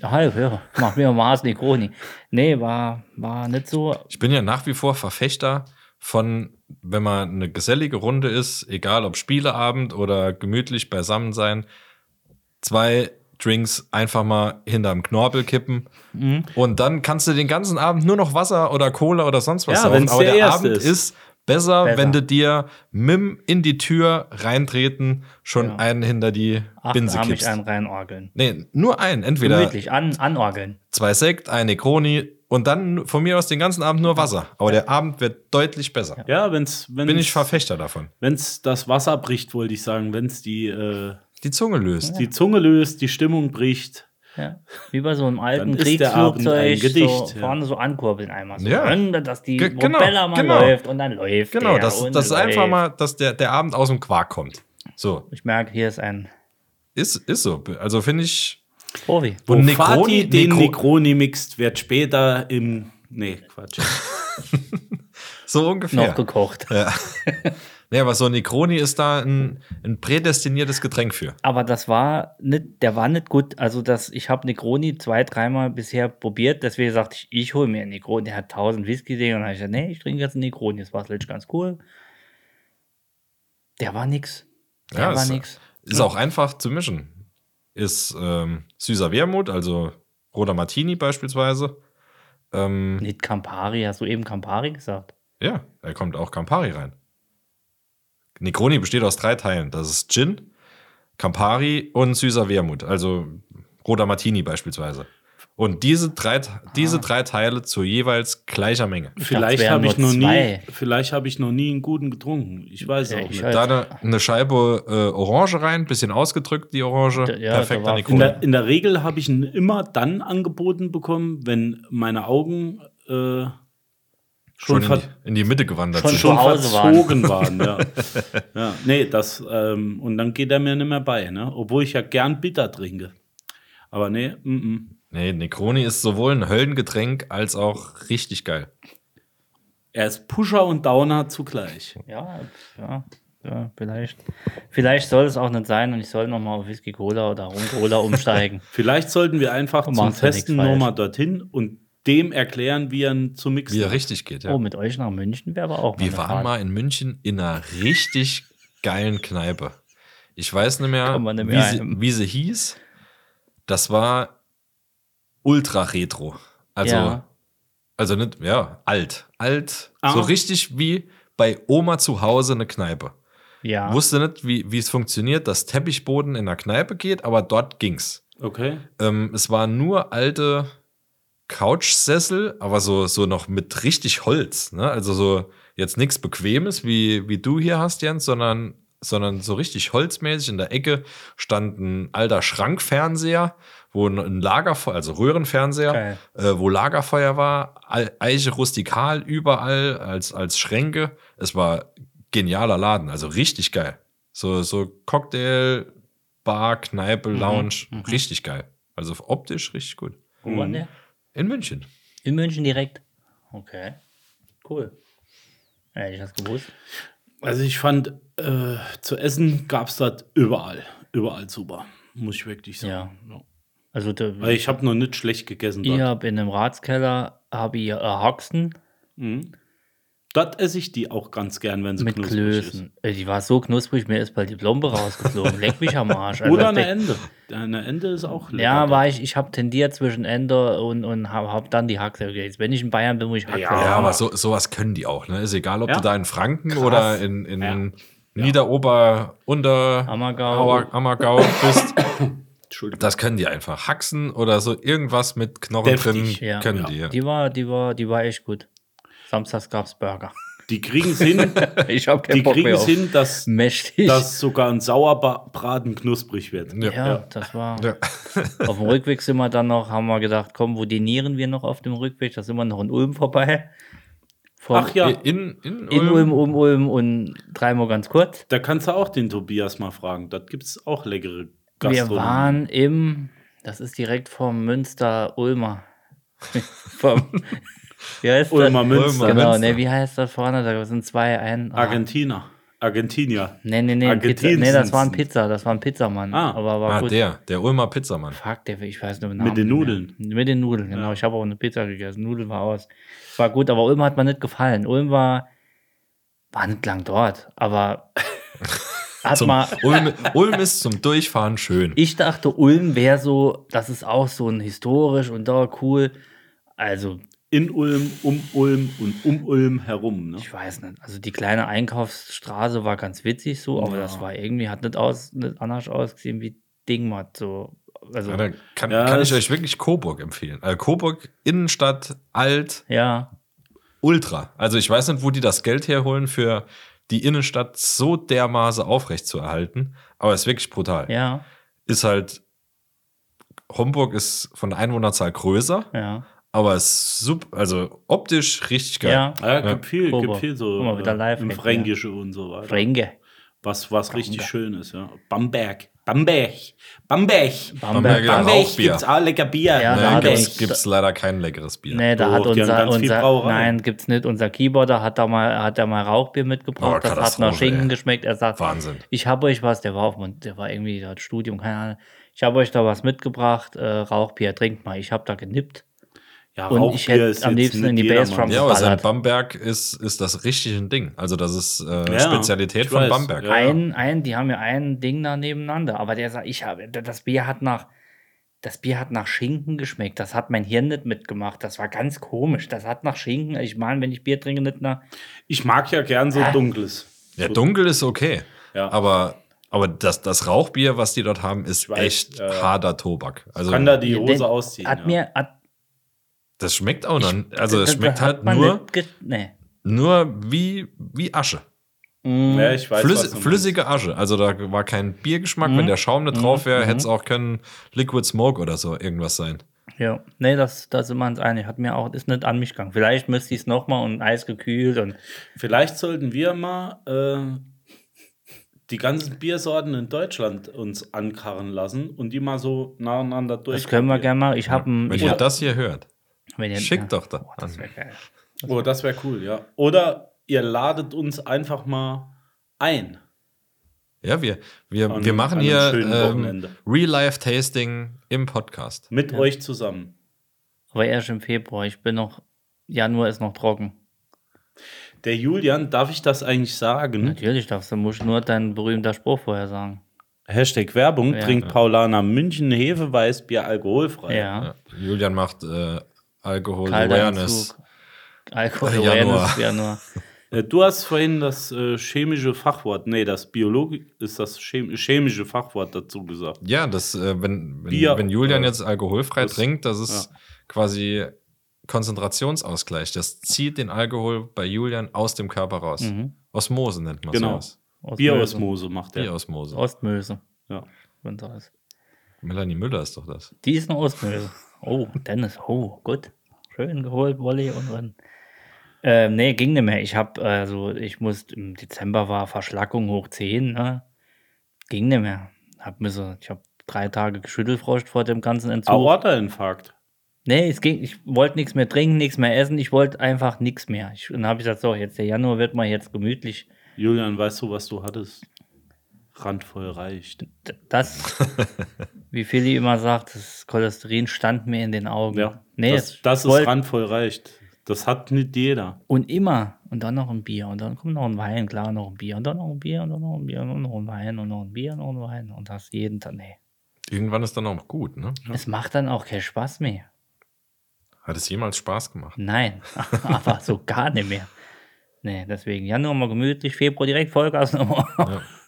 Halb, ja. Mach mir mal Haas Negroni. Nee, war, war nicht so.
Ich bin ja nach wie vor Verfechter von, wenn man eine gesellige Runde ist, egal ob Spieleabend oder gemütlich beisammen sein, zwei Drinks einfach mal hinterm Knorpel kippen und dann kannst du den ganzen Abend nur noch Wasser oder Cola oder sonst was
Ja,
saufen.
wenn's
Aber
der
der,
erste
Abend
ist.
ist, besser,
Besser.
wenn du dir Mim in die Tür reintreten, schon
Ja.
einen hinter die Binse
Achtarmig
kippst.
einen reinorgeln.
Nee, nur einen. Entweder
Gemütlich, an, anorgeln.
zwei Sekt, ein Negroni und dann von mir aus den ganzen Abend nur Wasser. Aber der Abend wird deutlich besser.
Ja, wenn's, wenn's,
Bin ich Verfechter davon.
wenn's das Wasser bricht, wollte ich sagen, wenn's die, äh,
Die Zunge löst.
die Zunge löst, die Stimmung bricht.
Ja. Wie bei so einem alten
Dann ist der Abend
Kriegsflugzeug.
ein Gedicht,
so
ja.
vorne so ankurbeln einmal. So,
Ja.
Dann, dass die
Ge- genau,
Propeller mal
genau.
läuft und dann läuft
Genau,
der
das,
und
das ist
läuft.
einfach mal, dass der, der Abend aus dem Quark kommt. So,
Ich merke, hier ist ein
ist, ist so. Also finde ich.
Profi.
Und
Wo Fatih Oh, den
Negro-
Negroni mixt, wird später im. Nee, Quatsch.
so
Noch
ungefähr.
gekocht.
Ja, aber so ein Negroni ist da ein, ein prädestiniertes Getränk für.
Aber das war nicht, der war nicht gut. Also das, ich habe Negroni zwei, dreimal bisher probiert. Deswegen sagte ich, ich hole mir einen Negroni. Der hat 1000 Whisky gesehen und dann hab ich gesagt, nee, ich trinke jetzt einen Negroni. Das war letztlich ganz cool. Der war nix. Der
Ja,
war
ist-
nix.
Ist auch einfach zu mischen. Ist ähm, süßer Wermut, also roter Martini beispielsweise. Ähm,
Nicht Campari, hast du eben Campari gesagt?
Ja, da kommt auch Campari rein. Negroni besteht aus drei Teilen. Das ist Gin, Campari und süßer Wermut, also roter Martini beispielsweise. Und diese drei,
Ah.
diese drei Teile zu jeweils gleicher Menge.
dachte,
Vielleicht
es wären
habe ich
nur
noch nie,
zwei.
vielleicht habe ich noch nie einen guten getrunken. Ich weiß
Ja,
auch
ich
nicht.
weiß.
Da eine, eine Scheibe äh, Orange rein, bisschen ausgedrückt, die Orange.
Ja, da
Perfekter
war-
In
Negroni.
der, in der Regel habe ich ihn immer dann angeboten bekommen, wenn meine Augen äh,
schon in
schon, ver
die, in die Mitte gewandert
schon,
sind.
schon
zu Hause
verzogen waren. ja. ja. Nee, das, ähm, und dann geht er mir nicht mehr bei, ne? Obwohl ich ja gern bitter trinke. Aber nee, mm, mm.
Nee, Necroni ist sowohl ein Höllengetränk als auch richtig geil.
er ist Pusher und Downer zugleich.
Ja, ja, ja vielleicht. Vielleicht soll es auch nicht sein und ich soll nochmal auf Whisky Cola oder Rum
<laughs>
Cola umsteigen.
Vielleicht sollten wir einfach
Und
zum
machst ja
Testen
nix falsch.
nochmal dorthin und dem erklären, wie er ihn zu mixen
Wie er richtig geht, ja.
Oh, mit euch nach München wäre aber auch
Wir
eine
waren
Fahrt.
mal in München in einer richtig geilen Kneipe. Ich weiß nicht mehr,
Kann man nicht
wie,
mehr
sie,
einem.
wie sie hieß. Das war ultra retro. Also,
Ja.
also nicht, ja, alt. Alt.
Ah.
So richtig wie bei Oma zu Hause eine Kneipe.
Ja.
Wusste nicht, wie, wie es funktioniert, dass Teppichboden in der Kneipe geht, aber dort ging's.
Okay.
Ähm, es waren nur alte Couchsessel, aber so, so noch mit richtig Holz. Ne? Also so jetzt nichts Bequemes, wie, wie du hier hast, Jens, sondern, sondern so richtig holzmäßig. In der Ecke stand ein alter Schrankfernseher, wo ein- ein Lagerfeuer, also Röhrenfernseher,
Geil.
äh, wo Lagerfeuer war, Al- Eiche rustikal überall als, als Schränke. Es war genialer Laden, also richtig geil. So, so Cocktail, Bar, Kneipe, Lounge, richtig geil. Also optisch richtig gut.
Wo waren der?
In München.
In München direkt. Okay. Cool. Ja, hätte ich das gewusst.
Also ich fand, äh, zu essen gab es das überall. Überall super, muss ich wirklich sagen. Ja.
Also da,
Weil ich habe noch nicht schlecht gegessen.
ich
dort.
habe in einem Ratskeller habe ich äh, Haxen
Dort esse ich die auch ganz gern, wenn sie
mit
knusprig
Klößen. Äh, Die war so knusprig, mir ist bald die Plombe rausgeflogen. Leck mich am
<laughs>
Arsch.
ist.
Also,
Oder
das
eine
Ding-
Ende. Eine Ende ist auch lecker.
Ja, war ich, ich habe tendiert zwischen Ende und, und habe hab dann die Haxe gegessen. Wenn ich in Bayern bin, muss ich Haxe
Ja.
Ja,
essen.
aber so, sowas können die auch. Ne? Ist egal, ob
Ja.
du da in Franken oder in, in
Ja.
Niederober, Unter,
Ammergau.
Auer- Ammergau bist.
Entschuldigung.
Das können die einfach. Haxen oder so irgendwas mit Knochen drin
Deftig,
ja.
können die.
Die war, die war, die war echt gut. Samstags gab's
<laughs>
Burger.
Die kriegen
<laughs>
es hin,
Ich habe
die kriegen es hin, dass,
Mächtig.
dass sogar ein Sauerbraten knusprig wird.
Ja.
ja,
Ja.
das war.
Ja.
<laughs> Auf dem Rückweg sind wir dann noch, haben wir gedacht, komm, wo dinieren wir noch auf dem Rückweg? Da sind wir noch in Ulm vorbei. Von
Ach ja,
In, in,
In Ulm,
Ulm.
um Ulm und dreimal ganz kurz.
da kannst du auch den Tobias mal fragen. Dort gibt es auch leckere
Wir
Gastronomie.
waren im, das ist direkt vom
<laughs>
Münster-Ulmer. vom, wie heißt
Ulmer
das?
Münster.
Ulmer
Genau,
Münster.
ne, wie heißt das vorne? Da sind zwei, ein. Ah,
Argentiner. Argentinier.
nee, nee, nee, ein Pizza,
Argentinsen.
nee, das war ein Pizza, das war ein Pizzamann.
Ah,
aber war
Ah,
gut.
der, der Ulmer Pizzamann.
Fuck, der, ich weiß nur den
Mit
Namen
den
nicht mehr.
Nudeln.
Mit den Nudeln, genau. Ich habe auch eine Pizza gegessen. Nudeln war aus. War gut, aber Ulm hat mir nicht gefallen. Ulm war, war nicht lang dort,
<laughs>
aber hat
Zum,
mal.
Ulm, Ulm ist zum
<laughs>
Durchfahren schön.
Ich dachte, Ulm wäre so, das ist auch so ein historisch und da cool. Also,
In Ulm, um Ulm und um Ulm herum. Ne?
ich weiß nicht. Also, die kleine Einkaufsstraße war ganz witzig so, aber das war irgendwie, hat nicht, aus, nicht anders ausgesehen wie Dingmatt. So. Also,
Ja, da kann,
Ja,
kann ich
das-
euch wirklich Coburg empfehlen. Also Coburg, Innenstadt, alt,
ja.
ultra. Also ich weiß nicht, wo die das Geld herholen für die Innenstadt so dermaßen aufrecht zu erhalten, aber es ist wirklich brutal.
Ja,
Ist halt Homburg ist von der Einwohnerzahl größer,
ja,
aber ist sub, also optisch richtig geil.
ja.
Ah Ja, gibt viel, gibt
Probe.
viel so
Guck mal, wieder
äh,
live
im
hacken,
Fränkische und so weiter.
Fränke.
was, was richtig schön ist, ja. Bamberg. Bamberg. Bamberg.
Bamberg. Ja,
Bamberg
auch Bier.
gibt's auch lecker Bier.
Ja,
Da
da
Bamberg.
Äh, gibt's, gibt's leider kein leckeres Bier.
Nee, da
Doch,
hat
die haben
unser,
ganz viel
unser
Brauerei.
nein, gibt's nicht. Unser Keyboarder hat da mal, hat da mal Rauchbier mitgebracht.
Oh,
das hat nach
Katastrophe,
Schinken
ey.
geschmeckt. Er sagt,
Wahnsinn.
Ich habe euch was. Der war auf, Mon- der war irgendwie das Studium, keine Ahnung. Ich habe euch da was mitgebracht. Äh, Rauchbier, trinkt mal. Ich habe da genippt.
Ja,
Und
Rauchbier
ich hätte
ist
am
jetzt
liebsten in
nicht
die
jedermanns.
Bassdrum-
Ja, aber seit
Ballert.
Bamberg ist, ist das richtig ein Ding. Also das ist äh,
Ja,
Spezialität
ich
von
weiß,
Bamberg.
ja.
Ein, ein, die haben ja ein Ding da nebeneinander. Aber der sagt, ich habe, das Bier hat nach, das Bier hat nach Schinken geschmeckt. Das hat mein Hirn nicht mitgemacht. Das war ganz komisch. Das hat nach Schinken. Ich meine, wenn ich Bier trinke, nicht nach.
Ich mag ja gern so dunkles.
Ja, dunkel ist okay.
Ja.
Aber, aber das, das Rauchbier, was die dort haben, ist
weiß,
echt
ja, ja.
harter Tobak. Also
Kann da die Hose
Den-
ausziehen.
Hat
ja.
mir, hat,
das schmeckt auch noch.
<laughs>
Also es
Das-
schmeckt
das hat
halt
man
nur,
nicht ge- nee.
nur wie, wie Asche.
ja, ich weiß, was
Flüssi
du meinst.
flüssige Asche. Also da
Mhm.
war kein Biergeschmack. Wenn der Schaum nicht drauf wäre, hätte es auch können Liquid Smoke oder so irgendwas sein.
Ja, nee, das, da sind wir uns einig. Hat mir auch, ist nicht an mich gegangen. Vielleicht müsste ich es nochmal und Eis gekühlt und
Vielleicht sollten wir mal äh, die ganzen Biersorten in Deutschland uns ankarren lassen und die mal so nacheinander durch.
das können wir gerne machen. Ich habe ein.
Wenn
ich
ihr
hab-
das hier hört,
wenn ihr-
schickt doch da.
Boah, das wäre geil.
Oh, das wäre cool, ja. Oder ihr ladet uns einfach mal ein.
Ja, wir, wir,
An-
wir machen
an einem
hier
schönen
ähm,
Wochenende.
Real-Life-Tasting im Podcast.
Mit euch zusammen.
Aber erst im Februar. Ich bin noch. Januar ist noch trocken.
Der Julian, darf ich das eigentlich sagen?
Hm?
Natürlich darfst du, musst nur deinen berühmten Spruch vorher sagen.
Hashtag Werbung
Ja.
trinkt Paulaner München Hefeweiß Bier alkoholfrei.
ja.
Ja. Julian macht äh, Alkohol-Awareness.
Awareness. Alkohol
Januar.
Awareness, Januar.
Äh, Du hast vorhin das äh, chemische Fachwort, nee, das Biologi ist das chem chemische Fachwort dazu gesagt.
Ja, das, äh, wenn, wenn,
Bier-
wenn Julian
äh,
jetzt alkoholfrei
das-
trinkt, das ist
ja.
quasi Konzentrationsausgleich. Das zieht den Alkohol bei Julian aus dem Körper raus. Osmose nennt man
Mhm. Genau.
sowas.
Bierosmose macht er.
Bierosmose.
Ostmöse.
Ja.
wenn's so ist.
Melanie Müller ist doch das.
Die ist eine Ostmöse. Oh, Dennis, oh, gut. Schön geholt, Volley und Rennen. Ähm, nee, ging nicht mehr. Ich hab, äh, so, ich musste, im Dezember war Verschlackung hoch 10, ne? Ging nicht mehr. Hab mir so, ich hab drei Tage geschüttelfroscht vor dem ganzen
Ah,
Entzug.
Aorta-Infarkt.
Nee, es ging, ich wollte nichts mehr trinken, nichts mehr essen, ich wollte einfach nichts mehr. Ich, und dann habe ich gesagt, so, jetzt der Januar wird mal jetzt gemütlich.
Julian, weißt du, was du hattest? Randvoll reicht.
D-
<laughs>
Das, wie Philly immer sagt, das Cholesterin stand mir in den Augen.
Ja,
nee,
das,
es
das ist
wollt-
randvoll reicht. Das hat nicht jeder.
Und immer, und dann noch ein Bier, und dann kommt noch ein Wein, klar, noch ein Bier, und dann noch ein Bier, und dann noch ein Bier, und dann noch ein Wein, und noch ein Bier, und noch ein Wein, und das jeden Tag, nee.
Irgendwann ist dann auch gut, ne?
Es macht dann auch keinen Spaß mehr.
Hat es jemals Spaß gemacht?
Nein, <laughs> aber so gar nicht mehr. Nee, deswegen Januar mal gemütlich, Februar direkt Vollgas nochmal.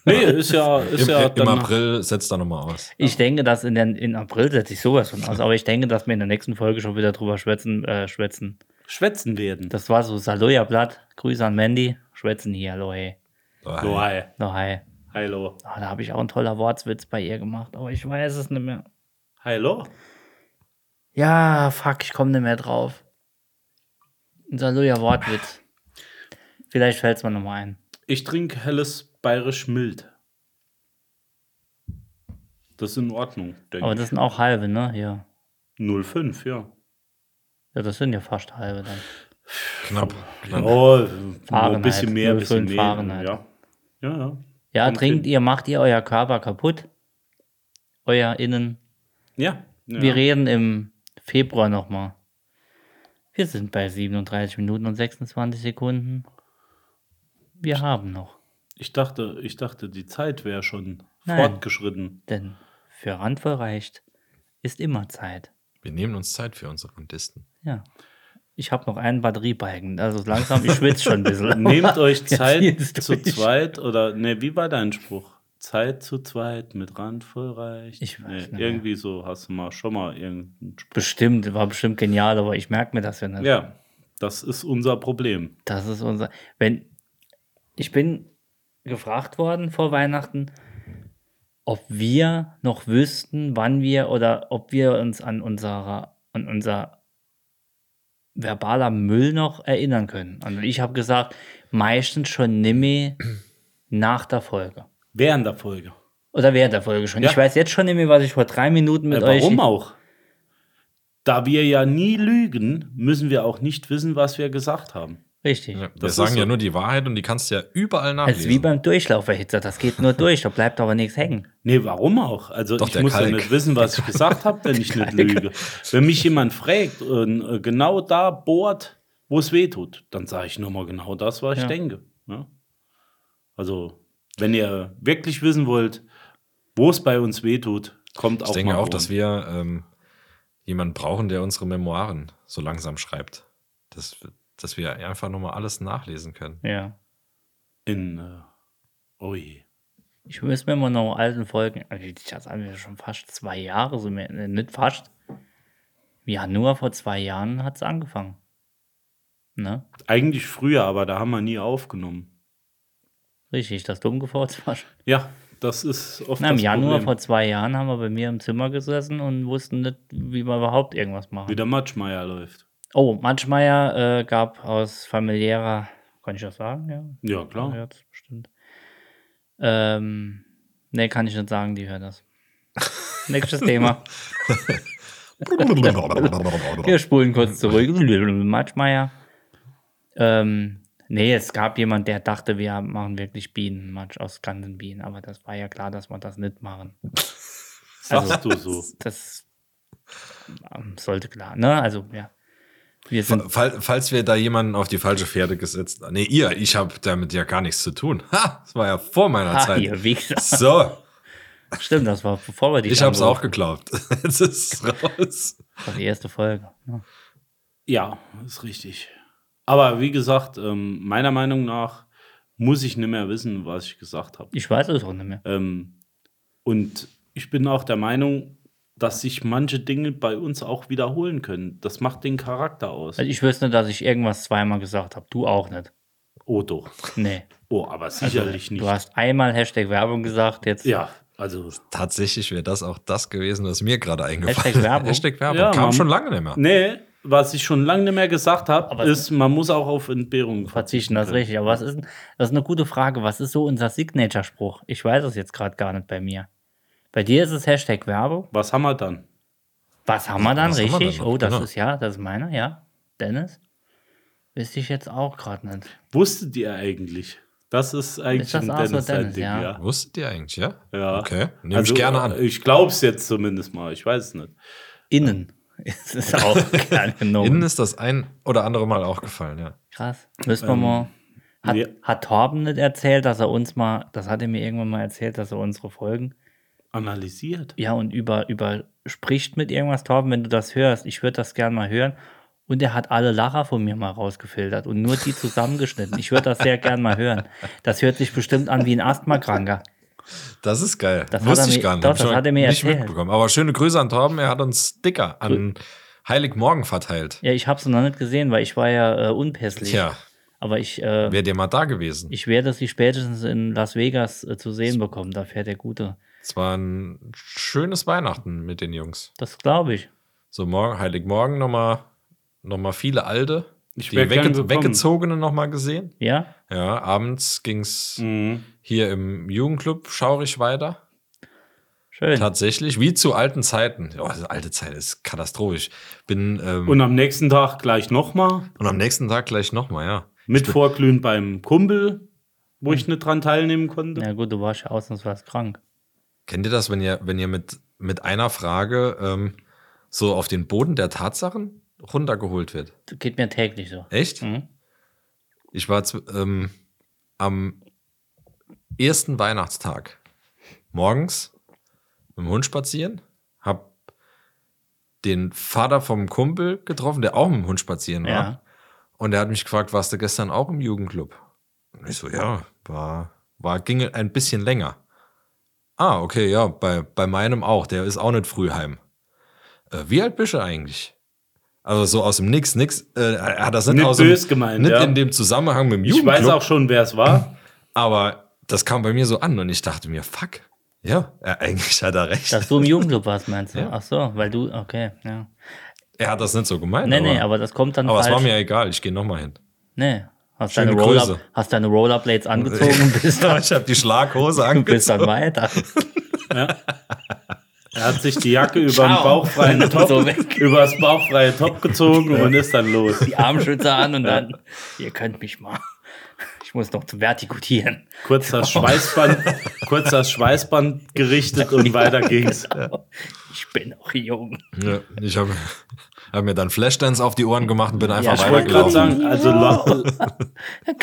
Nee, ist ja, ist
Im,
ja
Im
dann
April setzt er nochmal aus.
Ich denke, dass in, den, in April setze ich sowas von aus, aber ich denke, dass wir in der nächsten Folge schon wieder drüber schwätzen. Äh, schwätzen.
schwätzen werden.
Das war so Saloja Blatt. Grüße an Mandy. Schwätzen hier, hallo hey.
So,
Nein.
hi.
No, hi.
Hallo.
Ah, da habe ich auch einen toller Wortwitz bei ihr gemacht, aber ich weiß es nicht mehr.
Hallo?
Ja, fuck, ich komme nicht mehr drauf. Ein Saloja Wortwitz. Vielleicht fällt es mir nochmal ein.
Ich trinke helles bayerisch mild. Das ist in Ordnung,
Aber
denke
das sind auch halbe, ne? Ja.
ich. 05, ja.
Ja, das sind ja fast halbe dann.
Knapp. knapp.
Oh,
Fahrenheit,
ein bisschen mehr, ein
05
bisschen mehr.
Fahrenheit.
Ja, ja. ja.
Ja,
Kommt
trinkt
hin.
ihr, macht ihr euer Körper kaputt. Euer Innen.
ja, ja.
Wir reden im Februar nochmal. Wir sind bei 37 Minuten und 26 Sekunden. Wir haben noch.
ich, dachte, ich dachte, die Zeit wäre schon
Nein.
fortgeschritten.
Denn für Randvoll reicht ist immer Zeit.
Wir nehmen uns Zeit für unsere Randisten.
Ja. Ich habe noch einen Batteriebalken. Also langsam, ich schwitze schon ein
<laughs>
bisschen. <laughs>
Nehmt euch Zeit
zieh's
zu
durch.
zweit oder, ne, wie war dein Spruch? Zeit zu zweit mit Rand voll reicht.
Ich weiß nicht mehr.
irgendwie so hast du mal schon mal irgendeinen Spruch.
Bestimmt, war bestimmt genial, aber ich merke mir das ja nicht.
Ja, das ist unser Problem.
Das ist unser. Wenn ich bin gefragt worden vor Weihnachten, ob wir noch wüssten, wann wir oder ob wir uns an unserer an unser verbaler Müll noch erinnern können. Und ich habe gesagt, meistens schon nimme nach der Folge.
Während der Folge.
Oder während der Folge schon.
Ja.
Ich weiß jetzt schon nimme, was ich vor drei Minuten mit
Äh,
euch.
warum auch? Da wir ja nie lügen, müssen wir auch nicht wissen, was wir gesagt haben.
Richtig.
Ja, wir
Das
sagen
ist
ja
so.
nur die Wahrheit und die kannst du ja überall
Das
nachlesen.
ist wie beim Durchlauferhitzer. Das geht nur durch, da bleibt aber nichts hängen.
Nee, warum auch? Also
Doch,
ich
der
muss
Kalk.
ja nicht wissen, was ich gesagt habe, wenn ich nicht lüge. Wenn mich jemand fragt und äh, genau da bohrt, wo es weh tut, dann sage ich nur mal genau das, was
Ja.
ich denke. Ja? Also, wenn ihr wirklich wissen wollt, wo es bei uns weh tut, kommt auch
ich denke
mal um
auch,
rum.
dass wir ähm, jemanden brauchen, der unsere Memoiren so langsam schreibt. Dass, dass wir einfach nochmal alles nachlesen
<laughs>
können.
Ja.
in äh, oh je.
Ich müsste mir mal noch alten Folgen, also das haben wir schon fast zwei Jahre, so mehr, äh, nicht fast. Im Januar vor zwei Jahren hat es angefangen. Ne?
Eigentlich früher, aber da haben wir nie aufgenommen.
Richtig, das Dummgefurz war schon.
Ja, Das ist oft
Na, Im
das
Januar
Problem.
vor zwei Jahren haben wir bei mir im Zimmer gesessen und wussten nicht, wie wir überhaupt irgendwas machen.
Wie der Matschmeier läuft.
Oh, Matschmeier äh, gab aus familiärer, kann ich das sagen? Ja,
Ja,
Ah.
oh.
klar.
hört's bestimmt. Ähm, nee, kann ich nicht sagen, die hört
<laughs>
das. Nächstes Thema. Wir spulen kurz zurück. Matschmeier. Ähm, nee, es gab jemand, der dachte, wir machen wirklich Bienenmatsch aus ganzen Bienen, aber das war ja klar, dass wir das nicht machen. Also,
Sagst du so.
Das ähm, sollte klar, ne? Also, ja. Wir sind
Fall, falls wir da jemanden auf die falsche Pferde gesetzt haben. Nee, ihr, ich habe damit ja gar nichts zu tun. Ha, das war ja vor meiner
Ah,
Zeit.
ihr Wichser.
<laughs>
So,
<laughs> Stimmt, das war bevor wir die
ich habe es auch
angerufen
geglaubt. <laughs> Jetzt ist es raus.
haben. Das war die erste Folge. ne? Ja.
Ja, ist richtig. Aber wie gesagt, ähm, meiner Meinung nach muss ich nicht mehr wissen, was ich gesagt habe.
Ich weiß es auch nicht mehr.
Ähm, und ich bin auch der Meinung, dass sich manche Dinge bei uns auch wiederholen können. Das macht den Charakter aus.
Also ich wüsste nicht, dass ich irgendwas zweimal gesagt habe. Du auch nicht.
Oh doch.
Nee.
Oh, aber
Also,
sicherlich
Du
nicht.
hast einmal Hashtag Werbung gesagt, jetzt
Ja, also.
Tatsächlich wäre das auch das gewesen, was mir gerade eingefallen
Hashtag Werbung.
Hashtag Werbung.
Ja,
Kam
Mann.
schon lange nicht mehr.
Nee, was ich schon lange nicht mehr gesagt habe,
Aber-
ist, man muss auch auf Entbehrungen
verzichten,
verzichten.
das ist
können.
richtig. Aber was ist, denn- das ist eine gute Frage. Was ist so unser Signature-Spruch? Ich weiß es jetzt gerade gar nicht bei mir. Bei dir ist es Hashtag Werbung.
Was haben wir dann?
Was haben wir dann
Was haben wir
richtig?
denn noch?
oh, das
Genau.
ist ja, das ist meiner, ja. Dennis? Wüsste ich jetzt auch gerade nicht.
Wusstet ihr eigentlich? Das ist eigentlich
Ist das
ein
auch so,
Dennis,
Dennis,
Ding,
ja.
ja.
Wusstet ihr eigentlich, ja?
Ja. Also, äh,
Okay, nehme ich gerne an.
Ich glaube es jetzt zumindest mal. Ich weiß es nicht.
Innen. Es <laughs> ist
<laughs>
auch klein genommen.
Innen ist das ein oder andere Mal auch gefallen, ja.
Krass. Müssen
Ähm,
wir mal. Hat,
nee.
hat Torben nicht erzählt, dass er uns mal, das hat er mir irgendwann mal erzählt, dass er unsere Folgen,
Analysiert.
ja, und über, über spricht mit irgendwas, Torben, wenn du das hörst, ich würde das gern mal hören. Und er hat alle Lacher von mir mal rausgefiltert und nur die zusammengeschnitten. Ich würde das sehr gern mal hören. Das hört sich bestimmt an wie ein Asthmakranker.
Das ist geil.
Das hat
Wusste
er
ich
mir-
gar nicht.
doch,
Hab ich
das
schon
hat er mir
nicht
erzählt.
mitbekommen. Aber schöne Grüße an Torben. Er hat uns Sticker an Heiligmorgen verteilt.
Ja, ich habe es noch nicht gesehen, weil ich war ja äh, unpässlich.
Tja,
Aber ich, äh,
wäre dir mal da gewesen.
ich werde sie spätestens in Las Vegas äh, zu sehen bekommen. Da fährt der Gute.
Es war ein schönes Weihnachten mit den Jungs.
Das glaube ich.
So morgen, Heiligmorgen nochmal noch mal viele Alte.
Ich
die
wär gern
wegge
gekommen.
Weggezogenen nochmal gesehen.
Ja?
Ja, abends ging es
Mhm.
hier im Jugendclub schaurig weiter.
Schön.
Tatsächlich, wie zu alten Zeiten. Oh, diese alte Zeit ist katastrophisch. Bin, ähm,
Und am nächsten Tag gleich nochmal.
und am nächsten Tag gleich nochmal, ja.
Mit Vorglühen beim Kumpel, wo ich nicht dran teilnehmen konnte.
Na gut, du warst ja ausnahmsweise krank.
Kennt ihr das, wenn ihr, wenn ihr mit, mit einer Frage ähm, so auf den Boden der Tatsachen runtergeholt wird?
Das geht mir täglich so.
Echt?
Mhm.
Ich war zu- ähm, am ersten Weihnachtstag morgens mit dem Hund spazieren, hab den Vater vom Kumpel getroffen, der auch mit dem Hund spazieren war.
Ja.
Und er hat mich gefragt, warst du gestern auch im Jugendclub? Und ich so, ja, war, war, ging ein bisschen länger. Ah, okay, ja, bei, bei meinem auch. Der ist auch nicht früh heim. Äh, wie alt bist du eigentlich? Also so aus dem Nix, nix. Äh, er hat das nicht,
Nicht
aus dem,
böse gemeint,
nicht
ja.
in dem Zusammenhang mit dem
Ich weiß
Jugendclub.
auch schon, wer es war.
Aber das kam bei mir so an und ich dachte mir, fuck. Ja, er, eigentlich hat er recht.
Dass du im Jugendclub warst, meinst du?
Ja.
Ach so, weil du, okay, ja.
er hat das nicht so gemeint.
Nee,
aber,
nee, aber das kommt dann
aber es
falsch.
war mir egal. Ich gehe nochmal hin.
nee, hast
Schöne
deine, Roller,
Grüße.
hast deine
<laughs>
Rollerblades angezogen und bist dann,
ich habe die Schlaghose
bist
angezogen.
dann weiter.
Er hat sich
<laughs>
die Jacke über den bauchfreien Top,
So weg.
über das bauchfreie Top gezogen und ist dann los.
Die Armschützer an und dann, ihr könnt mich mal. Ich muss noch zu vertikutieren.
Kurz
<laughs>
das Schweißband, kurz das Schweißband gerichtet und weiter ging's.
Ich bin auch jung.
Ja, ich habe hab mir dann Flashdance auf die Ohren gemacht und bin einfach
ich
Ich wollte gerade
weitergelaufen.
sagen, also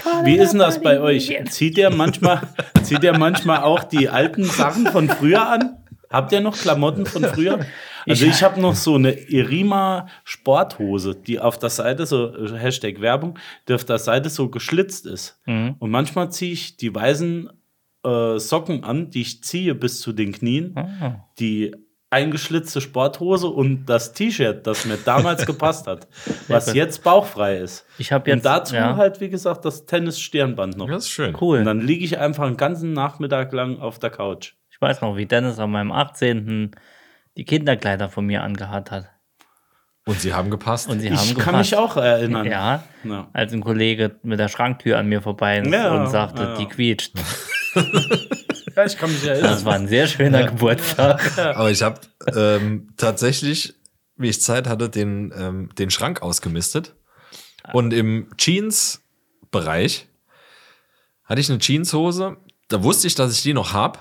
la- Wie ist denn das bei euch? Zieht ihr manchmal, zieht ihr manchmal auch die alten Sachen von früher an? Habt ihr noch Klamotten von früher? Also ich habe noch so eine Irima Sporthose, die auf der Seite so äh, Hashtag Werbung, die auf der Seite so geschlitzt ist.
Mhm.
Und manchmal ziehe ich die
Ah.
weißen äh, Socken an, die ich ziehe bis zu den Knien, die eingeschlitzte Sporthose und das T-Shirt, das mir
<laughs>
damals gepasst hat, was jetzt bauchfrei ist.
Ich hab jetzt-
und dazu
ja.
halt, wie gesagt, das Tennis-Stirnband noch.
Das ist schön.
Und
Cool.
dann liege ich einfach einen ganzen Nachmittag lang auf der Couch.
Ich weiß noch, wie Dennis an meinem 18. die Kinderkleider von mir angehabt hat.
Und sie haben gepasst.
Und sie haben
Ich kann mich
gepasst.
auch erinnern.
Ja,
Ja.
als ein Kollege mit der Schranktür an mir vorbei ist
Ja,
und sagte,
ja.
die quietscht.
Ja, ich kann mich erinnern.
Das war ein sehr schöner Geburtstag.
Aber ich habe ähm, tatsächlich, wie ich Zeit hatte, den, ähm, den Schrank ausgemistet. Und im Jeans-Bereich hatte ich eine Jeanshose. Da wusste ich, dass ich die noch habe.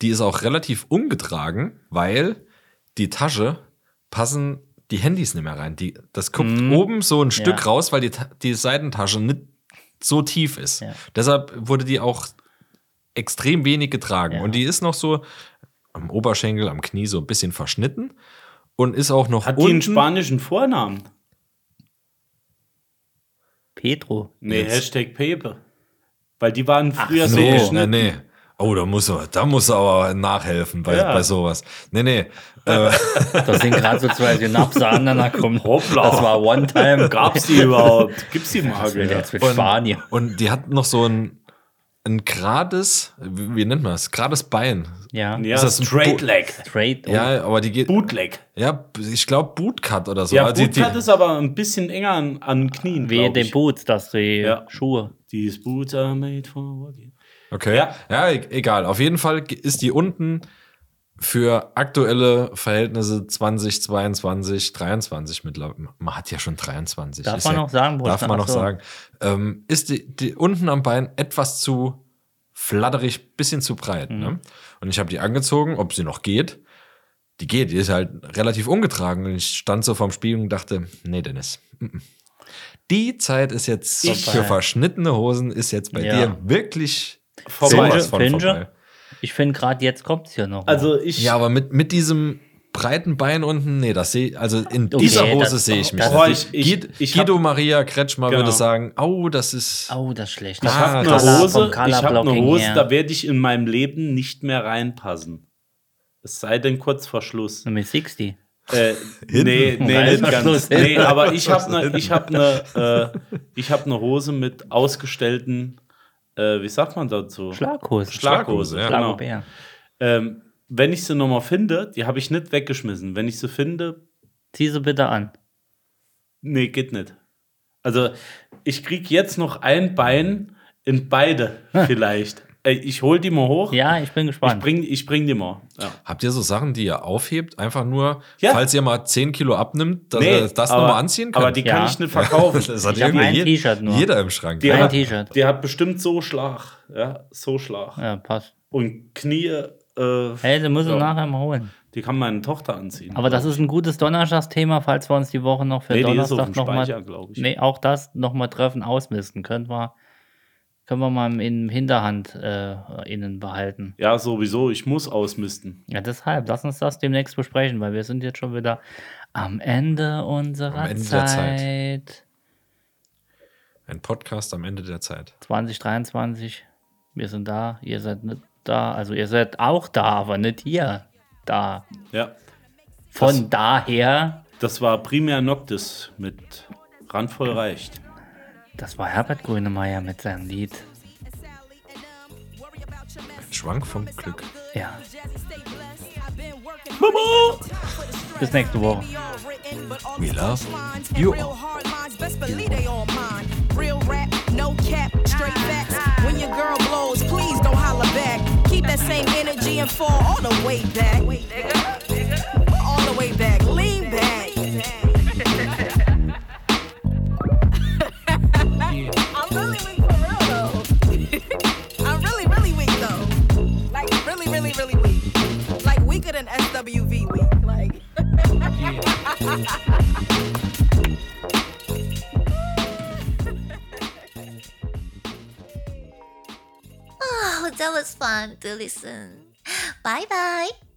Die ist auch relativ umgetragen, weil die Tasche passen die Handys nicht mehr rein. Die, das guckt oben so ein Stück
Ja.
raus, weil die, Ta- die Seitentasche nicht so tief ist.
Ja.
Deshalb wurde die auch extrem wenig getragen.
Ja.
Und die ist noch so am Oberschenkel, am Knie so ein bisschen verschnitten und ist auch noch
Hat die einen
unten.
spanischen Vornamen?
Petro.
Nee,
Jetzt.
Hashtag Pepe. Weil die waren früher so
nee, nee,
geschnitten.
nee. Oh, da muss er, da muss er aber nachhelfen bei,
Ja.
bei sowas. Nee, nee.
Das sind gerade so zwei Synapsen aneinander kommen.
Hoppla.
Das war one
<laughs>
time.
Gab's die überhaupt? Gibt's die mal?
Was will der
wieder?
jetzt mit
Und,
Spanien?
und die hat noch so ein, ein gerades, wie wie nennt man das? Gerades Bein.
Ja.
Ja,
Ist das ein
Straight
Bo-
Leg,
Straight. und-
Ja, aber die geht.
Bootleg.
Ja, ich glaube Bootcut oder so.
Oh. Ja,
Also die-
Bootcut
die,
ist aber ein bisschen enger an, an Knien.
Wehe
glaub
den
ich.
Boots, dass die
Ja.
Schuhe.
These boots are made for walking.
Okay.
Ja.
Ja. e- egal. Auf jeden Fall ge- ist die unten für aktuelle Verhältnisse 2022, 23 mittlerweile. Man hat ja schon 23.
Darf
Ist
man
ja,
noch sagen, wo
Darf
es-
man
ach
noch
so.
sagen. Ähm, ist die, die unten am Bein etwas zu flatterig, bisschen zu breit.
Mhm.
Ne? Und ich habe die angezogen, ob sie noch geht. Die geht, die ist halt relativ ungetragen. Und ich stand so vorm Spiegel und dachte, nee, Dennis. mm, mm. Die Zeit ist jetzt für verschnittene Hosen ist jetzt bei
Ja.
dir wirklich
Vorbei.
sowas von
Finge?
vorbei.
Ich finde gerade jetzt kommt es hier noch.
Also ich
Ja, aber mit, mit diesem breiten Bein unten, nee, das sehe also in dieser Hose
das-
sehe ich mich.
das-
nicht.
Boah, ich- ich-
Guid-
ich hab-
Guido Maria Kretschmer
Genau.
würde sagen, oh, das ist
oh, das ist schlecht.
Ich hab
Ah,
eine
eine
das ist
ne Hose,
vom
ich habe eine
Colorblocking
Hose,
her.
da werde ich in meinem Leben nicht mehr reinpassen. Es sei denn kurz
<laughs>
vor Schluss.
Eine Miss 60.
Äh, nee, nee, nicht ganz.
Reißverschluss, hinten.
Nee, aber ich habe eine ich hab ne, äh, ich hab ne Hose mit ausgestellten, äh, wie sagt man dazu?
Schlaghose.
Schlaghose,
ja.
genau.
Schlagobär.
Ähm, wenn ich sie nochmal finde, die habe ich nicht weggeschmissen. Wenn ich sie finde,
Zieh sie bitte an.
nee, geht nicht. Also ich krieg jetzt noch ein Bein in
<laughs>
beide vielleicht. Äh, ich hol die mal hoch.
Ja, ich bin
Ich
gespannt.
bring, ich bring die mal. Ja.
Habt ihr so Sachen, die ihr aufhebt, einfach nur,
Ja.
falls ihr mal 10 Kilo abnimmt, dass ihr das
aber-
nochmal anziehen könnt?
Aber die kann
Ja.
ich nicht verkaufen.
<laughs> das hat
Ich hab
irgendwie
ein
je-
T-Shirt nur.
jeder im Schrank.
Die
ja.
Ein
hat,
T-Shirt.
Die hat bestimmt so Schlag. Ja, so Schlag.
ja, passt.
Und Knie. Äh,
Hey, sie müssen
ja.
nachher mal holen.
Die kann meine Tochter anziehen.
Aber das ist ein gutes Donnerstagsthema, falls wir uns die Woche noch für
Nee, die ist auf
Donnerstag
dem Speicher,
nochmal.
glaub ich.
Nee, auch das nochmal treffen, ausmisten. Können wir, können wir mal in Hinterhand äh, innen behalten.
ja, sowieso. Ich muss ausmisten.
Ja, deshalb, lass uns das demnächst besprechen, weil wir sind jetzt schon wieder am Ende unserer
Am Ende der Zeit.
Zeit.
Ein Podcast am Ende der Zeit.
2023. Wir sind da, ihr seid nicht da. Also ihr seid auch da, aber nicht hier. Da.
Ja.
Von daher,
Das war primär Noctis mit Randvoll reicht.
das war Herbert Grönemeyer mit seinem Lied.
um,
Schwank vom Glück.
Ja.
Baba!
Bis nächste Woche.
We love
you
all.
all.
Best believe they all mine. Real rap, no cap, straight facts. When your girl blows, please don't holler back. Keep that same energy and fall all the way back. All the way back. Lean back. <laughs> I'm really weak for real though. I'm really, really weak though. Like really, really, really weak. Like weaker than SWV weak. Like.
Oh, that was fun to listen. Bye bye.